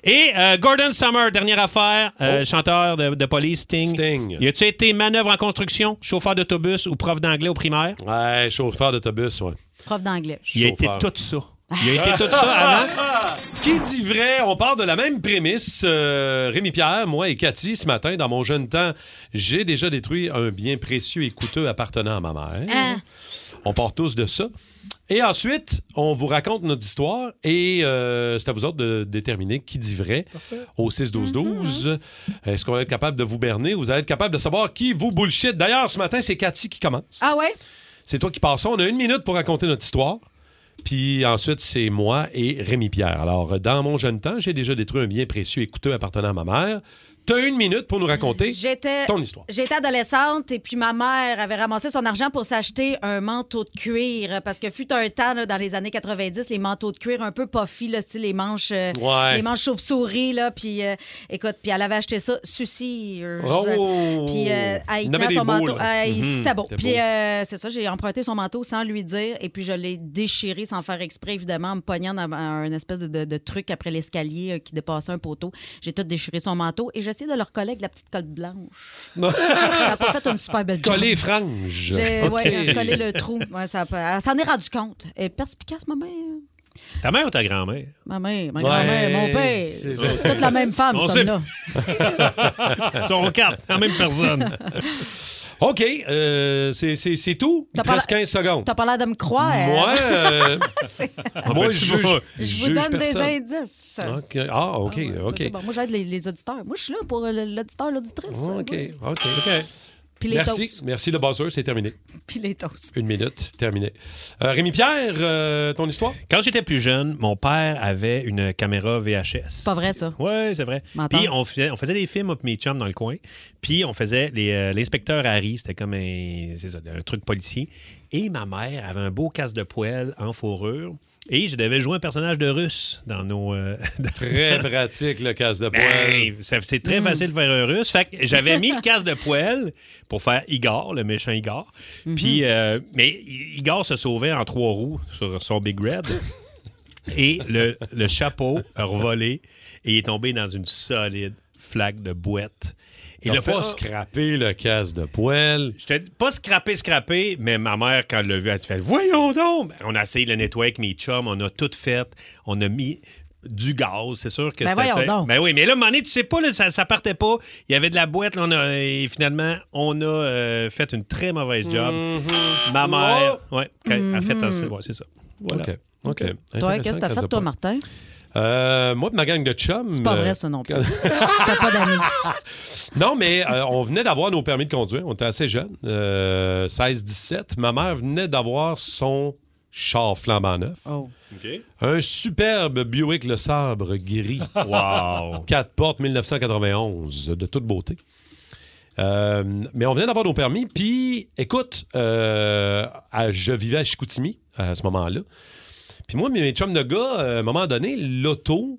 Et euh, Gordon Summer, dernière affaire, euh, chanteur de, de police, Sting.
Sting.
Il a-tu été manœuvre en construction, chauffeur d'autobus ou prof d'anglais au primaire?
Ouais, chauffeur d'autobus, ouais.
Prof d'anglais. Ah,
Il a été
Chauffeur.
tout ça. Il a été tout ça avant.
Qui dit vrai? On part de la même prémisse. Euh, Rémi Pierre, moi et Cathy, ce matin, dans mon jeune temps, j'ai déjà détruit un bien précieux et coûteux appartenant à ma mère.
Ah.
On part tous de ça. Et ensuite, on vous raconte notre histoire et euh, c'est à vous autres de déterminer qui dit vrai au 6-12-12.
Mm-hmm.
Est-ce qu'on va être capable de vous berner ou vous allez être capable de savoir qui vous bullshit? D'ailleurs, ce matin, c'est Cathy qui commence.
Ah ouais?
C'est toi qui passes. ça. On a une minute pour raconter notre histoire. Puis ensuite, c'est moi et Rémi Pierre. Alors, euh, dans mon jeune temps, j'ai déjà détruit un bien précieux et coûteux appartenant à ma mère. T'as une minute pour nous raconter
J'étais
ton histoire.
J'étais adolescente et puis ma mère avait ramassé son argent pour s'acheter un manteau de cuir euh, parce que fut un temps là, dans les années 90 les manteaux de cuir un peu puffy là, style les manches euh,
Ouais.
les manches chauve-souris là puis euh, écoute puis elle avait acheté ça sushi euh,
Oh!
puis euh, elle
Il
y
en
tenait
avait
son
des beaux,
manteau
là.
Euh, il-
Mhm,
c'était beau
c'était
puis
beau.
euh, c'est ça j'ai emprunté son manteau sans lui dire et puis je l'ai déchiré sans faire exprès évidemment en me pognant dans un espèce de, de- de truc après l'escalier euh, qui dépassait un poteau j'ai tout déchiré son manteau et j'ai essayé de le recoller avec la petite colle blanche ça n'a pas fait une super belle job.
Coller les franges.
J'ai
Ok.
ouais, collé le trou. Ouais, ça a pas- Elle s'en est rendue compte. Et perspicace, ma mère.
Ta mère ou ta grand-mère?
Ma mère, ma
Ouais,
grand-mère, mon père.
c'est
C'est
ça.
toute la même femme,
On
cet
sait-
homme-là.
Ils sont quatre, la même personne.
OK, euh, c'est- c'est c'est tout? Il te
pas
reste
la-
15 secondes.
T'as pas l'air de me croire.
Moi, euh, moi, je
petit
juge,
mot.
hein? Je vous
juge
donne
personne.
des indices.
OK. Ah, OK, OK.
C'est bon. Moi, j'aide les, les auditeurs. Moi, je suis là pour euh, l'auditeur, l'auditrice.
Ah,
euh,
OK,
Ouais.
OK.
Puis les
merci,
toasts.
merci le buzzer, c'est terminé.
Puis les toasts.
Une minute, terminé. Euh, Rémi Pierre, euh, ton histoire?
Quand j'étais plus jeune, mon père avait une caméra VHS.
C'est pas vrai, ça.
Ouais, c'est vrai.
M'entends?
Puis on faisait, on faisait des films, moi, puis mes chums dans le coin. Puis on faisait les, euh, l'inspecteur Harry, c'était comme un, c'est ça, un truc policier. Et ma mère avait un beau casse de poêle en fourrure. Et je devais jouer un personnage de russe dans nos. euh, dans-
Très pratique, le casse de Hmm. poil.
Ben, ça- c'est très
Mm.
facile de faire un russe. Fait que j'avais mis le casque de poêle pour faire Igor, le méchant Igor. Puis, euh, mais I- Igor se sauvait en trois roues sur son Big Red. Et le, le chapeau a revolé et il est tombé dans une solide flaque de boîte. Et
Il n'a pas scrappé le casse de poêle.
J'étais pas scrappé, scrappé, mais ma mère, quand elle l'a vu, elle a fait Voyons donc! Ben, On a essayé de le nettoyer avec mes chums, on a tout fait, on a mis du gaz, c'est sûr que
Ben
c'était.
voyons donc.
Ben oui, mais là, à un moment donné, tu sais pas, là, ça, ça partait pas. Il y avait de la boîte, là, on a- et finalement, on a euh, fait une très mauvaise job.
Mm-hmm.
Ma
Oh!
mère, ouais, quand- a fait
Mhm.
assez. ouais, c'est ça. Voilà.
OK. OK.
Toi, qu'est-ce que t'as fait, toi, Martin?
Euh, moi et ma gang de chums. C'est
pas vrai, ça, non plus.
T'as pas d'amis. non, mais euh, on venait d'avoir nos permis de conduire. On était assez jeunes, euh, 16-17. Ma mère venait d'avoir son char flambant neuf.
Oh.
OK.
Un superbe Buick Le Sabre gris.
Wow.
Quatre portes 1991, de toute beauté. Euh, mais on venait d'avoir nos permis. Puis, écoute, euh, à- je vivais à Chicoutimi à ce moment-là. Puis moi, mes chums de gars, euh, à un moment donné, l'auto,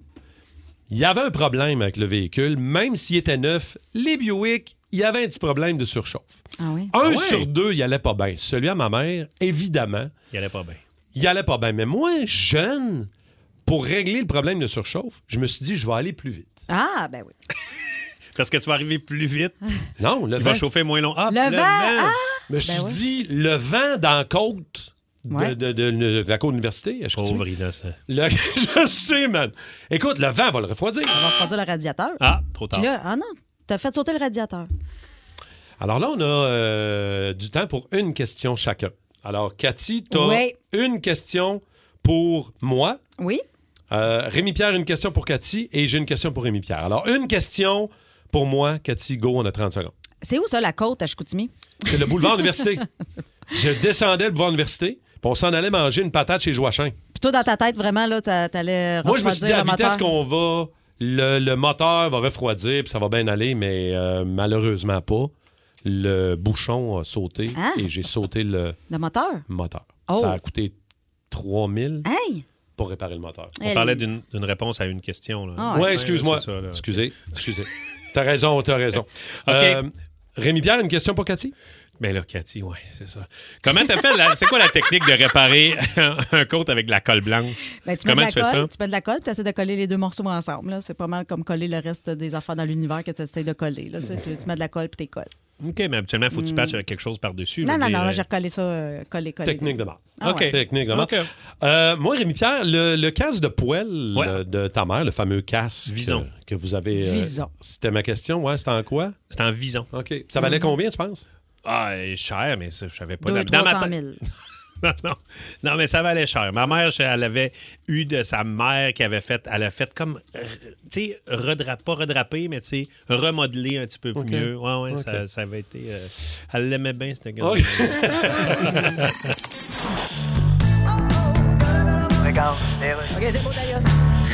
il y avait un problème avec le véhicule. Même s'il était neuf, les Buick, il y avait un petit problème de surchauffe.
Ah oui?
Un sur deux, il allait pas bien. Celui à ma mère, évidemment.
Il allait pas bien.
Il allait pas bien. Mais moi, jeune, pour régler le problème de surchauffe, je me suis dit, je vais aller plus vite.
Ah, ben oui.
Parce que tu vas arriver plus vite.
Non, le
Il
vent.
va chauffer moins long. Ah,
Le vent, ah!
Je me suis
ouais.
dit, le vent dans la côte de,
Ouais.
de- de- de- de la côte université. je
Pauvre
dis-
innocent.
Le- je sais, man. Écoute, le vent va le refroidir.
On va refroidir le radiateur.
Ah, trop
Puis là, ah non, t'as fait sauter le radiateur.
Alors là, on a euh, du temps pour une question chacun. Alors, Cathy, t'as
Ouais.
une question pour moi.
Oui?
Euh, Rémi-Pierre, une question pour Cathy. Et j'ai une question pour Rémi-Pierre. Alors, une question pour moi. Cathy, go, on a 30 secondes.
C'est où ça, la côte à Chicoutimi?
C'est le boulevard Université. Je descendais le boulevard Université, puis on s'en allait manger une patate chez Joachim.
Puis toi, dans ta tête, vraiment, là, t'a- t'allais
Moi, je me suis dit,
refroidir
à
le
vitesse
moteur.
qu'on va, le, le moteur va refroidir, puis ça va bien aller, mais euh, malheureusement pas. Le bouchon a sauté
Ah.
et j'ai sauté le
Le moteur?
moteur.
Oh.
Ça a coûté 3000
Hey!
pour réparer le moteur.
On
Elle-
parlait d'une d'une réponse à une question. Là.
Ah
Ouais, excuse-moi.
c'est ça, là.
Excusez, excusez. T'as raison, t'as raison. Euh,
OK.
Rémi Pierre, une question pour Cathy?
Ben là, Cathy, ouais, c'est ça. Comment t'as fait? la- C'est quoi la technique de réparer un, un côte avec de la colle blanche?
Ben, tu mets
Comment
de
tu
la
fais
colle,
ça?
tu mets de la colle, tu essaies de coller les deux morceaux ensemble. là. C'est pas mal comme coller le reste des affaires dans l'univers que tu essaies de coller. là. Tu, sais, tu- tu mets de la colle puis tu colles.
OK, mais habituellement, faut que tu patches avec quelque chose par-dessus. je
Mm. Non,
veux
non,
dire,
non, là,
euh,
j'ai recollé ça, euh, collé, collé.
Technique de marde.
Ah ouais.
OK.
Technique de marde.
OK.
Euh, moi, Rémi Pierre, le, le casque de poêle
Ouais.
euh, de ta mère, le fameux casque
Vison.
euh, que vous avez. euh,
Vison.
C'était ma question, ouais, c'était en quoi?
C'est en vison.
OK. Ça valait combien, tu penses?
Ah, elle est cher, mais ça, je savais pas.
Mm. Deux,
Dans ma
300
tête-
000.
Non, non. Non, mais ça valait cher. Ma mère, je- elle avait eu de sa mère qui avait fait, elle a fait comme, euh, tu sais, redra- pas redraper, mais tu sais, remodeler un petit peu mieux. Ouais, ouais, ça, ça avait été. euh, elle l'aimait bien, cette gars
OK.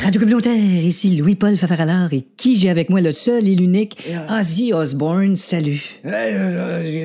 Radio Communautaire, ici Louis-Paul Favaralard et qui j'ai avec moi le seul et l'unique Ozzy Osbourne, salut.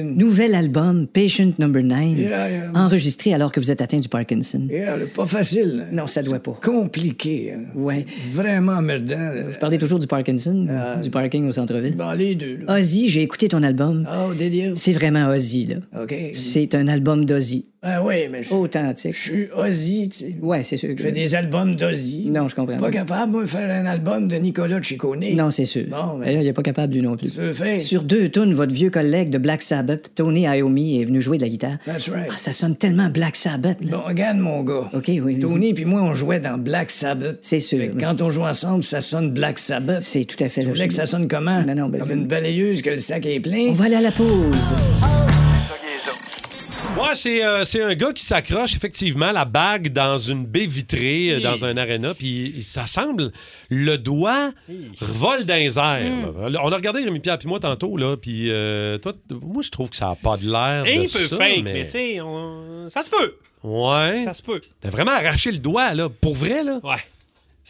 Nouvel album, Patient Number 9,
euh, Yeah, yeah.
enregistré alors que vous êtes atteint du Parkinson.
Yeah, pas facile. hein.
Non, ça doit pas.
Compliqué. hein.
Ouais.
Vraiment emmerdant. là.
Vous parlez toujours du Parkinson, du parking au centre-ville.
Bon, les deux. là.
Ozzy, j'ai écouté ton album.
Oh, did you?
C'est vraiment Ozzy, là.
OK.
C'est un album d'Ozzy.
Ah oui, mais je
Authentique.
je suis Ozzy, tu sais.
Ouais, c'est sûr. que-
Je fais des albums d'Ozzy.
Non, je comprends.
Pas capable, moi, de faire un album de Nicolas Ciccone.
Non, c'est sûr.
Bon, ben, mais-
Et là, il n'est pas capable, lui non plus.
Tu veux faire?
Sur deux tunes, votre vieux collègue de Black Sabbath, Tony Iommi, est venu jouer de la guitare.
That's right.
Ah, ça sonne tellement Black Sabbath. là.
Bon, regarde, mon gars.
OK, oui, oui.
Tony puis moi, on jouait dans Black Sabbath.
C'est sûr.
Fait que quand on joue ensemble, ça sonne Black Sabbath.
C'est tout à fait
Tu voulais
logique.
que ça sonne comment?
Non, non, ben,
Comme
je-
une balayeuse que le sac est plein?
On va aller à la pause.
Ouais, c'est euh, c'est un gars qui s'accroche effectivement la bague dans une baie vitrée, euh, dans un aréna, puis il- ça semble le doigt vole dans les airs.
Hmm.
là. On a regardé Rémi Pierre puis moi tantôt là, puis euh, toi, t- moi je trouve que ça a pas de l'air
Et il
de
peut
ça,
fake, mais,
mais
tu sais, on- ça se peut.
ouais,
Ça se peut.
t'as vraiment arraché le doigt là, pour vrai là.
Ouais.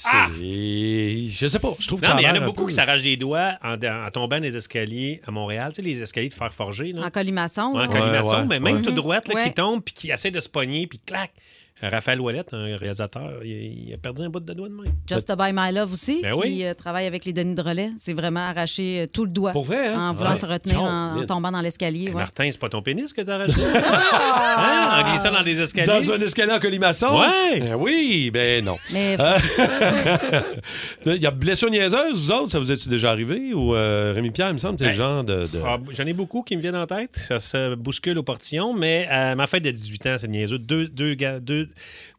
C'est,
Ah!
je sais pas, je trouve que
Non,
ça a
mais il y en
l'air
a
un
beaucoup
peu-
qui s'arrachent les doigts en, en tombant des escaliers à Montréal. Tu sais, les escaliers de fer forgé, là.
En colimaçon.
Ouais,
là.
en colimaçon,
ouais.
mais même
Ouais.
tout droite, là,
Ouais.
qui tombe, puis qui essaie de se pogner, puis clac. Euh, Raphaël Ouellette, un réalisateur, il, il a perdu un bout de doigt de main.
Just by My Love aussi,
Ben
qui
oui.
euh, travaille avec les Denis de relais. C'est vraiment arracher euh, tout le doigt.
Pour vrai, hein?
En voulant
Ouais.
se retenir en,
Caroline.
en tombant dans l'escalier.
Et
ouais.
Martin, c'est pas ton pénis que t'as arraché? Hein, En glissant dans des escaliers?
Dans un escalier en colimaçon?
Ouais.
Ben oui, ben non.
Mais
Il y a blessure niaiseuse, vous autres, ça vous est-tu déjà arrivé? Ou euh, Rémi Pierre, il me semble, c'est le
Ben,
genre de. de-
Ah, b- J'en ai beaucoup qui me viennent en tête. Ça se bouscule au portillon, mais à ma fête de 18 ans, c'est niaiseux. Deux, deux, ga- deux,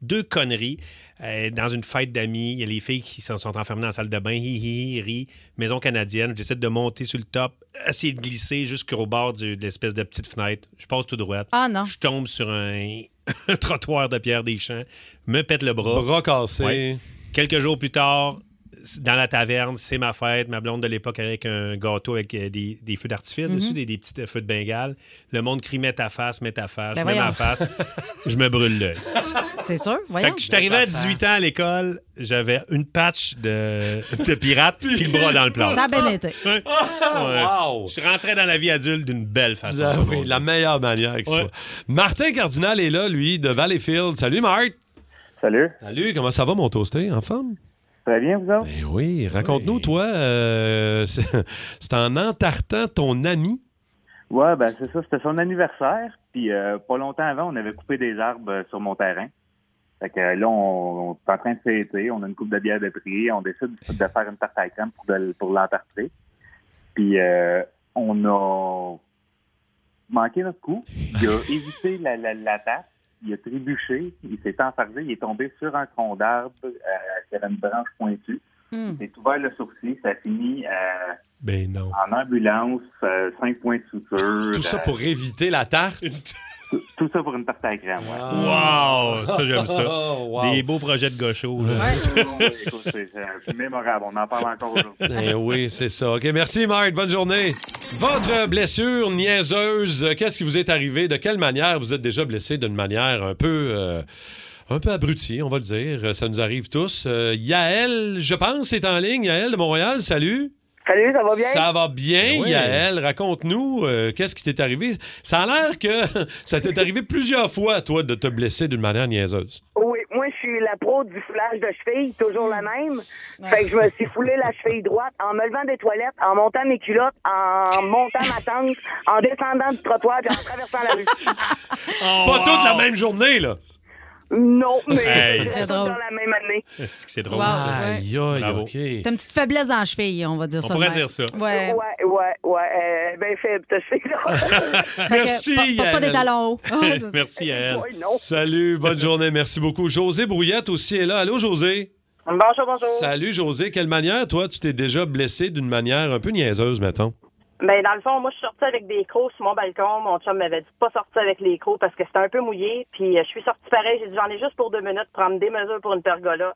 deux conneries. Euh, dans une fête d'amis, il y a les filles qui sont, sont enfermées dans la salle de bain. Hi, hi, hi, ri. Maison canadienne. J'essaie de monter sur le top, essayer de glisser jusqu'au bord du- de l'espèce de petite fenêtre. Je passe tout droit.
Ah, non.
Je tombe sur un, un trottoir de pierre des champs, me pète le bras.
Bras cassés.
Ouais. Quelques jours plus tard, c- dans la taverne, c'est ma fête, ma blonde de l'époque avec un gâteau avec euh, des, des feux d'artifice
Mhm.
dessus, des, des petits euh, feux de Bengale. Le monde crie Mets ta face, mets ta face,
Ben
mets ma
voyons.
face. je me brûle l'œil.
C'est sûr, voyons.
Fait que je suis arrivé à 18 ans à l'école, j'avais une patch de, de pirate puis le bras dans le plan.
Ça ben, a bien été.
Je rentrais dans la vie adulte d'une belle façon.
Ah oui, la meilleure manière que ce
Ouais.
soit. Martin Cardinal est là, lui, de Valleyfield. Salut, Marc.
Salut.
Salut, comment ça va, mon toasté, en forme?
Très bien, vous autres?
Ben oui, raconte-nous, toi, euh, c'est c'est en entartant ton ami.
Ouais, ben c'est ça, c'était son anniversaire. Puis euh, pas longtemps avant, on avait coupé des arbres euh, sur mon terrain. Fait que euh, là, on, on est en train de fêter, on a une coupe de bière de prix, on décide de faire une tarte à la crème pour, de- pour l'entartrer. Puis euh, on a manqué notre coup. Il a évité la, la, la tarte, il a trébuché, il s'est enfargé, il est tombé sur un tronc d'arbre euh, qui avait une branche pointue.
Hmm.
Il s'est ouvert le sourcil, ça a fini euh,
Ben non.
en ambulance, euh, cinq points de suture.
Tout ça
euh,
pour éviter la tarte. Ah.
tout- Tout ça pour une tarte à la crème, ouais.
Wow! Ça, j'aime ça.
Oh, wow.
Des beaux projets de gaucho. là.
Écoute, c'est c'est mémorable. On en parle encore aujourd'hui.
Eh oui, c'est ça. OK, merci, Marc. Bonne journée. Votre blessure niaiseuse, euh, qu'est-ce qui vous est arrivé? De quelle manière vous êtes déjà blessé? D'une manière un peu... euh, un peu abrutie, on va le dire. Euh, Ça nous arrive tous. Euh, Yael, je pense, est en ligne. Yael de Montréal, salut.
Salut, ça va bien?
Ça va bien,
Ben oui.
Yael. Raconte-nous, euh, qu'est-ce qui t'est arrivé? Ça a l'air que ça t'est arrivé plusieurs fois, toi, de te blesser d'une manière niaiseuse.
Oui, moi, je suis la pro du foulage de cheville, toujours la même. Fait que je me suis foulé la cheville droite en me levant des toilettes, en montant mes culottes, en montant ma tente, en descendant du trottoir puis en traversant la rue.
Pas toutes la même journée, là.
Non, mais
Hey,
c'est
c'est
dans
drôle.
la même année.
Est-ce que c'est
drôle, Wow, ça? ouais.
Aïe, aïe,
Bravo.
OK.
T'as une petite faiblesse dans la cheville, on va dire ça.
On
de
pourrait
même.
dire ça.
Ouais.
Ouais, ouais, ouais. Euh, ben, faible, ta cheville. là.
Fait que porte- porte pas des
Yael.
talons hauts.
Merci à elle.
Salut, bonne journée, merci beaucoup. José Brouillette aussi est là. Allô, José?
Bonjour, bonjour.
Salut, José. Quelle manière, toi, tu t'es déjà blessé d'une manière un peu niaiseuse, mettons?
Ben, dans le fond, moi, je suis sortie avec des crocs sur mon balcon. Mon chum m'avait dit de pas sortir avec les crocs parce que c'était un peu mouillé. Puis, euh, je suis sortie pareil. J'ai dit, j'en ai juste pour deux minutes prendre des mesures pour une pergola.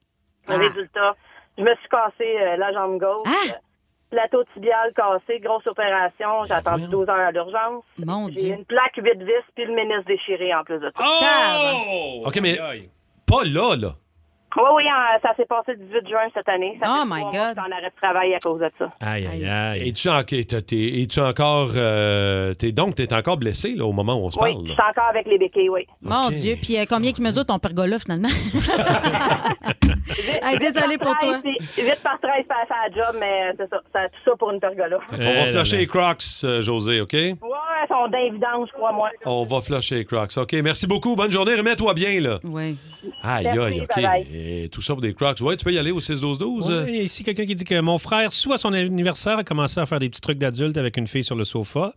Ah.
Résultat, je me suis cassé euh, la jambe gauche. euh, Plateau tibial cassé, grosse opération. J'ai attendu 12 heures à l'urgence.
Mon
J'ai une plaque 8 vis puis le ménisque déchiré en plus de ça.
Oh!
OK, mais pas là, là.
Oui, oui, en- ça s'est passé le 18 juin cette année. Ça oh my God! en arrêt de travail à cause de ça.
Aïe, aïe, aïe.
Es-tu en- t'es- t'es- es-tu encore... euh, t'es- donc, t'es encore blessé, là, au moment où on se
Oui,
parle?
je
là?
suis encore avec les béquilles, oui.
Mon Dieu, puis euh, combien qui mesure ton pergola finalement? Hey, désolé pour toi.
8 par 13, ça fait la job, mais euh, c'est ça. ça tout ça pour une pergola.
On va flusher les crocs, euh, José, OK?
Ouais, elles sont d'invidence, je crois, moi.
On va flusher les crocs. OK, merci beaucoup. Bonne journée. Remets-toi bien, là.
Oui.
Aïe,
Merci,
aïe, OK.
bye-bye.
Et tout ça pour des crocs. Ouais, tu peux y aller au 6-12-12? euh?
Ouais, il y a ici quelqu'un qui dit que mon frère, soit à son anniversaire, a commencé à faire des petits trucs d'adulte avec une fille sur le sofa.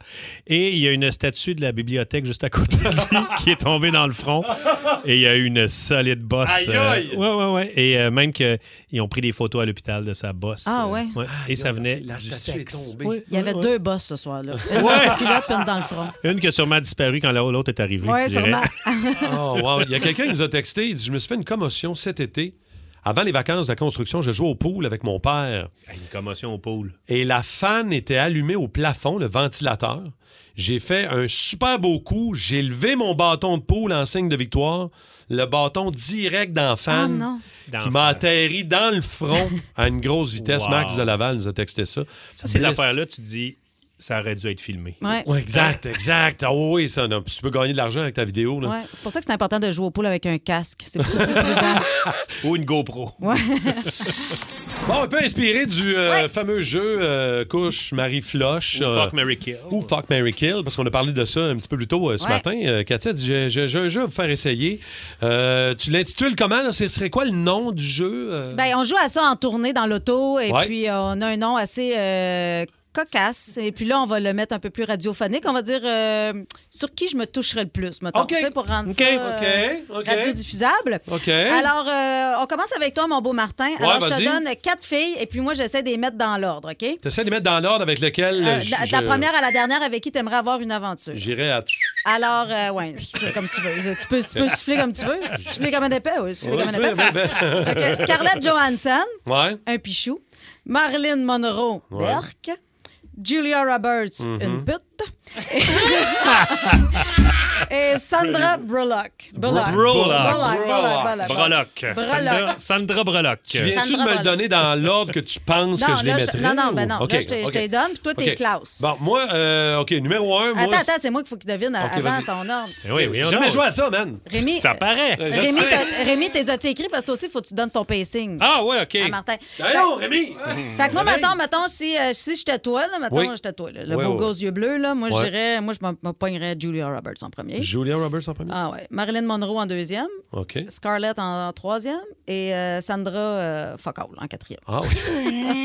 Et il y a une statue de la bibliothèque juste à côté de lui qui est tombée dans le front. Et il y a eu une solide bosse. euh,
Aïe, aïe!
ouais, ouais, ouais. Et euh, même qu'ils ont pris des photos à l'hôpital de sa bosse.
Ah,
euh,
ouais?
Et ça venait
La
du
statue est
sexe.
tombée.
Ouais,
Il y avait
ouais,
deux bosses ce soir-là.
Ouais.
Une dans sa culotte puis une dans le front.
ouais. Une qui a sûrement disparu quand la- l'autre est arrivée.
Ouais,
je dirais.
sûrement.
Oh, wow. Il y a quelqu'un qui nous a texté. Il dit Je me suis fait une commotion cet été. Avant les vacances de la construction, je jouais au pool avec mon père.
Ben, Une commotion au pôle.
Et la fan était allumée au plafond, le ventilateur. J'ai fait un super beau coup. J'ai levé mon bâton de poule en signe de victoire. Le bâton direct dans la fan.
Ah non.
qui
Dans
m'a atterri dans le front à une grosse vitesse.
Wow.
Max de Laval nous a texté ça.
Ça, ces
Bless-
affaires-là, tu te dis, ça aurait dû être filmé.
Ouais.
Ouais, exact, exact. Ah oui, ça, non. Puis tu peux gagner de l'argent avec ta vidéo. Là.
Ouais, C'est pour ça que c'est important de jouer au pool avec un casque. C'est beaucoup plus prudent.
Ou une GoPro.
Ouais.
Bon, un peu inspiré du euh, fameux jeu euh, Couche, Marie Floche. euh,
Ou Fuck, Mary Kill.
Ou Fuck, Mary Kill, parce qu'on a parlé de ça un petit peu plus tôt euh, ce
Ouais.
matin. Euh, Katia a dit J'ai- J'ai j'ai un jeu à vous faire essayer. Euh, tu l'intitules comment là? Ce serait quoi le nom du jeu euh?
Ben, on joue à ça en tournée dans l'auto et
Ouais.
puis euh, on a un nom assez euh, cocasse. Et puis là, on va le mettre un peu plus radiophonique. On va dire euh, sur qui je me toucherai le plus, mettons,
OK.
tu sais, pour rendre
OK,
ça euh,
OK, OK.
radiodiffusable.
OK.
Alors, euh, on commence avec toi, mon beau Martin.
Ouais,
Alors, je te
vas-y.
donne quatre filles et puis moi, j'essaie de les mettre dans l'ordre, OK?
T'essaies de les mettre dans l'ordre avec lequel.
Euh,
je-
la, la
je-
première à la dernière avec qui tu aimerais avoir une aventure.
J'irais à.
Alors, euh, ouais, c'est comme tu veux. Tu peux, tu peux siffler comme tu veux. Tu siffler comme un épais, oui. Siffler
Ouais,
comme un
ouais,
épais.
ben, ben.
Fait que Scarlett Johansson,
Ouais.
un pichou. Marilyn Monroe,
Ouais.
Burke. Julia Roberts,
Mhm.
une pute. Et Sandra Bullock. Bullock. Bullock, Bullock, Bullock.
Breloc.
Breloc.
Sandra- Sandra Breloc.
Tu viens-tu de me le donner dans l'ordre que tu penses
Non,
que je les
là, je-
mettrais?
non, non, ben
ou-
non,
OK,
là, je te- je
OK.
te donne, puis toi, t'es
OK.
Klaus.
Bon, moi, euh, OK, numéro un, moi...
Attends, attends, c'est moi qu'il faut qu'il devine
OK,
avant
vas-y.
ton ordre.
Eh
Ben oui, oui, J'ai jamais
donc.
joué à ça, man. Euh,
Rémi, euh,
Ça paraît.
Je
Rémi,
sais.
t'as- Rémi, t'es as-tu écrit parce que toi aussi, faut que tu donnes ton pacing.
Ah, ouais, OK.
À Martin.
Ben
Fait-
non, Rémi!
Fait que moi,
Rémi.
mettons, mettons, si, euh, si j'étais toi, là, mettons,
Oui.
j'étais toi, là, le
Oui,
beau
oui,
gars aux
oui.
yeux bleus, là, moi,
Ouais.
je dirais, euh, moi, je m'en- me pognerais Julia Roberts en premier.
Julia Roberts en premier?
Eh? Ah ouais. Marilyn Monroe en deuxième,
OK.
Scarlett en, en troisième et euh, Sandra euh, fuck all en quatrième.
Ah oui.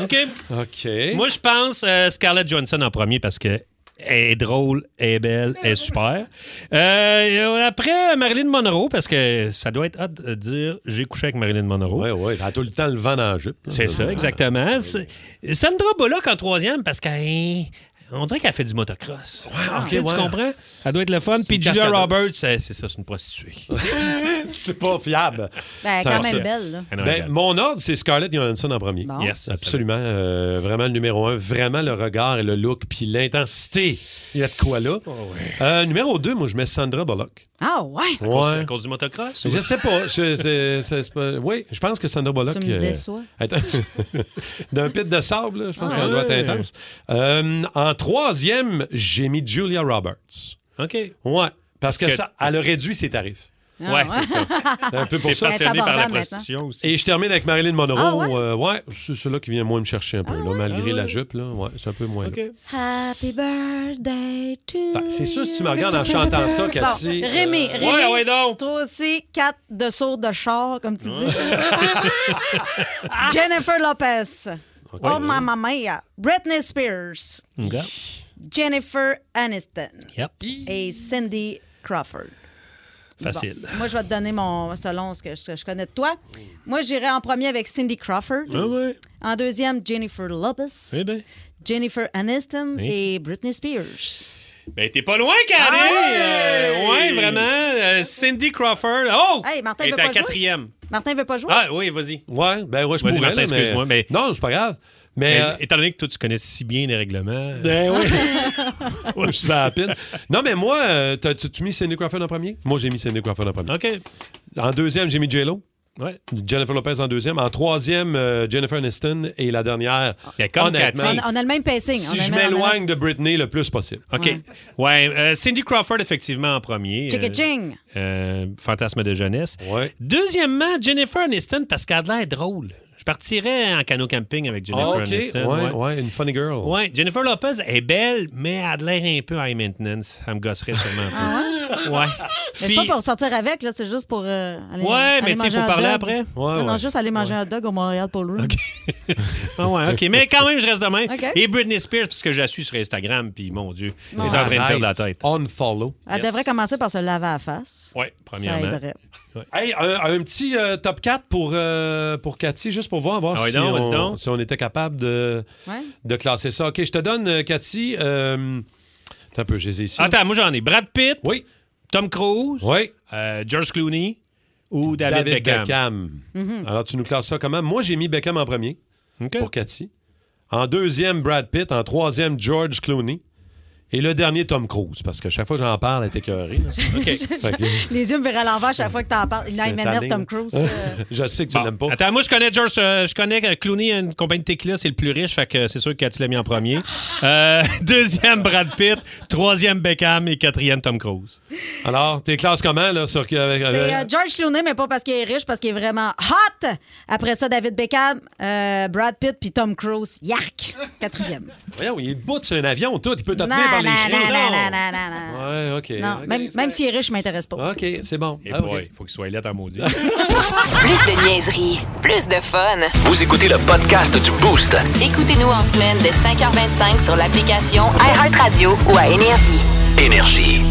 OK.
OK.
Moi, je pense euh, Scarlett Johansson en premier parce que elle est drôle, elle est belle, elle est super. Euh, après, Marilyn Monroe, parce que ça doit être hot de dire j'ai couché avec Marilyn Monroe.
Oui, oui. Elle a tout le temps le vent dans la jupe. là.
C'est ça,
Ouais.
exactement. C'est- Sandra Bullock en troisième parce qu'elle. On dirait qu'elle fait du motocross.
Ah,
Ok,
ok, ouais.
Tu comprends? Elle doit être le fun. Puis
une
Julia
cascadeuse.
Roberts, Eh, c'est c'est ça, c'est une prostituée.
c'est pas fiable.
Ben,
Ça,
quand
ça.
même belle, là.
Elle en
Ben,
regarde.
mon ordre, c'est Scarlett Johansson en premier.
Bon. Yes,
absolument. Euh, vraiment le numéro un. Vraiment le regard et le look, puis l'intensité. Il y a de quoi là.
Oh,
Euh, numéro deux, moi, je mets Sandra Bullock.
Ah ouais.
À cause- à cause du motocross?
Je sais pas. Je- c'est- c'est- c'est pas- Oui, je pense que Sandra Bullock.
Tu me déçois.
attends. D'un pit de sable, là, je pense
Ah.
qu'elle doit être
Ouais.
intense. Euh, en troisième, j'ai mis Julia Roberts.
OK.
Ouais. Parce que,
Parce que-
ça, elle a réduit ses tarifs.
Ah, ouais, c'est ça.
C'est un peu pour
T'es
ça.
passionné par la prostitution aussi.
Et je termine avec Marilyn Monroe.
Ah ouais? Ah
Euh, ouais, c'est celui-là qui vient moins me chercher un peu, là, malgré la jupe. Là. Ouais, c'est un peu moins. là.
Happy birthday to
Ben, c'est sûr, si tu me
you.
regardes en chantant ça, Cathy.
Bon, Rémi,
euh,
Rémi, toi aussi, quatre de sourds de char, comme tu dis. Jennifer Lopez. Oh, mamma mia. Britney Spears. Jennifer Aniston.
Yep.
Et Cindy Crawford.
Facile.
Bon, Moi, je vais te donner mon selon ce que je, je connais de toi. Moi, j'irai en premier avec Cindy Crawford.
Ah ouais.
En deuxième, Jennifer Lopez.
Eh ben.
Jennifer Aniston
Oui.
et Britney Spears.
Ben, t'es pas loin,
Ah
Karine! Euh, ouais, vraiment. Euh, Cindy Crawford. Oh!
Hey, Martin
Elle
veut pas
est à
jouer?
quatrième.
Martin veut pas jouer?
Ah oui, vas-y.
Ouais, ben ouais, je
Vas-y,
pourrais,
Martin,
là, mais-
excuse-moi, mais-
Non, c'est pas grave. Mais,
Mais,
euh,
étant donné que toi, tu connais si bien les règlements.
Ben oui. Moi, je suis à la pine. Non, mais moi, euh, t'as- tu tu mis Cindy Crawford en premier? Moi, j'ai mis Cindy Crawford en premier.
OK.
En deuxième, j'ai mis J-Lo.
Ouais.
Jennifer Lopez en deuxième. En troisième, euh, Jennifer Aniston. Et la dernière,
comme
honnêtement,
Cathy.
On a le même pacing. on
si
a
je
le même- on a le même-
m'éloigne de Britney le plus possible.
OK. Ouais, euh, Cindy Crawford, effectivement, en premier.
Chicka ching.
euh, fantasme de jeunesse. Deuxièmement, Jennifer Aniston, parce qu'elle a l'air drôle. Je partirais en canot camping avec Jennifer
Ah, OK.
Aniston. ouais.
ouais, ouais, une funny girl.
Ouais, Jennifer Lopez est belle, mais elle a de l'air un peu high maintenance. Elle me gosserait sûrement. un peu. ouais?
Ah Mais c'est pas pour sortir avec, là, c'est juste pour euh, aller
Ouais,
aller
mais tu sais,
manger
faut
un
parler
dog.
après. Ouais,
non, non,
ouais.
juste aller manger un dog au Montréal Pool Room.
Ah ouais, OK. Mais quand même, je reste de même.
OK.
Et Britney Spears, parce que je la suis sur Instagram, puis mon Dieu, elle
Bon.
est en train de perdre la
Arrête.
tête.
On follow.
Elle devrait commencer par se laver la face.
Oui, premièrement.
Ça aiderait.
Hey, un, un petit euh, top 4 pour, euh, pour Cathy, juste pour voir, voir
Ah oui,
si,
donc, vas-y
on,
donc.
si on était capable de,
Ouais.
de classer ça. OK, je te donne, euh, Cathy. euh, attends un peu, je les ai ici.
Attends, moi j'en ai Brad Pitt,
Oui.
Tom Cruise,
Oui.
euh, George Clooney ou David, Beckham.
Mhm.
Alors, tu nous classes ça comment? Moi, j'ai mis Beckham en premier
OK.
pour Cathy. En deuxième, Brad Pitt. En troisième, George Clooney. Et le dernier, Tom Cruise, parce que chaque fois que j'en parle, elle est écœurée. là. Fait que-
Les yeux me verraient à l'envers chaque fois que t'en parles. Il
C'est
m'énerve
tanné,
Tom
là.
Cruise. euh.
je sais que tu
Bon.
l'aimes pas.
Attends, moi je connais George, euh, je connais que Clooney a une compagnie de tequila, c'est le plus riche, fait que c'est sûr que Cathy l'a mis en premier. Euh, deuxième Brad Pitt, troisième Beckham et quatrième Tom Cruise.
Alors, t'es classes comment, là, sur... avec-
C'est euh,
avec-
George Clooney, mais pas parce qu'il est riche, parce qu'il est vraiment hot. Après ça, David Beckham, euh, Brad Pitt, puis Tom Cruise. Yark! Quatrième.
Voyons, il est bout sur un avion, tout. Il peut te
Non,
tenir par les
non,
cheveux.
non,
non.
non, non, non, non.
Ouais, OK.
Non, même, même s'il est riche, je m'intéresse pas.
OK, c'est bon.
Et
Ah,
boy,
OK.
faut qu'il soit là en maudit.
Plus de niaiserie, plus de fun.
Vous écoutez le podcast du Boost.
Écoutez-nous en semaine de 5h25 sur l'application iHeartRadio ou à Énergie.
Énergie.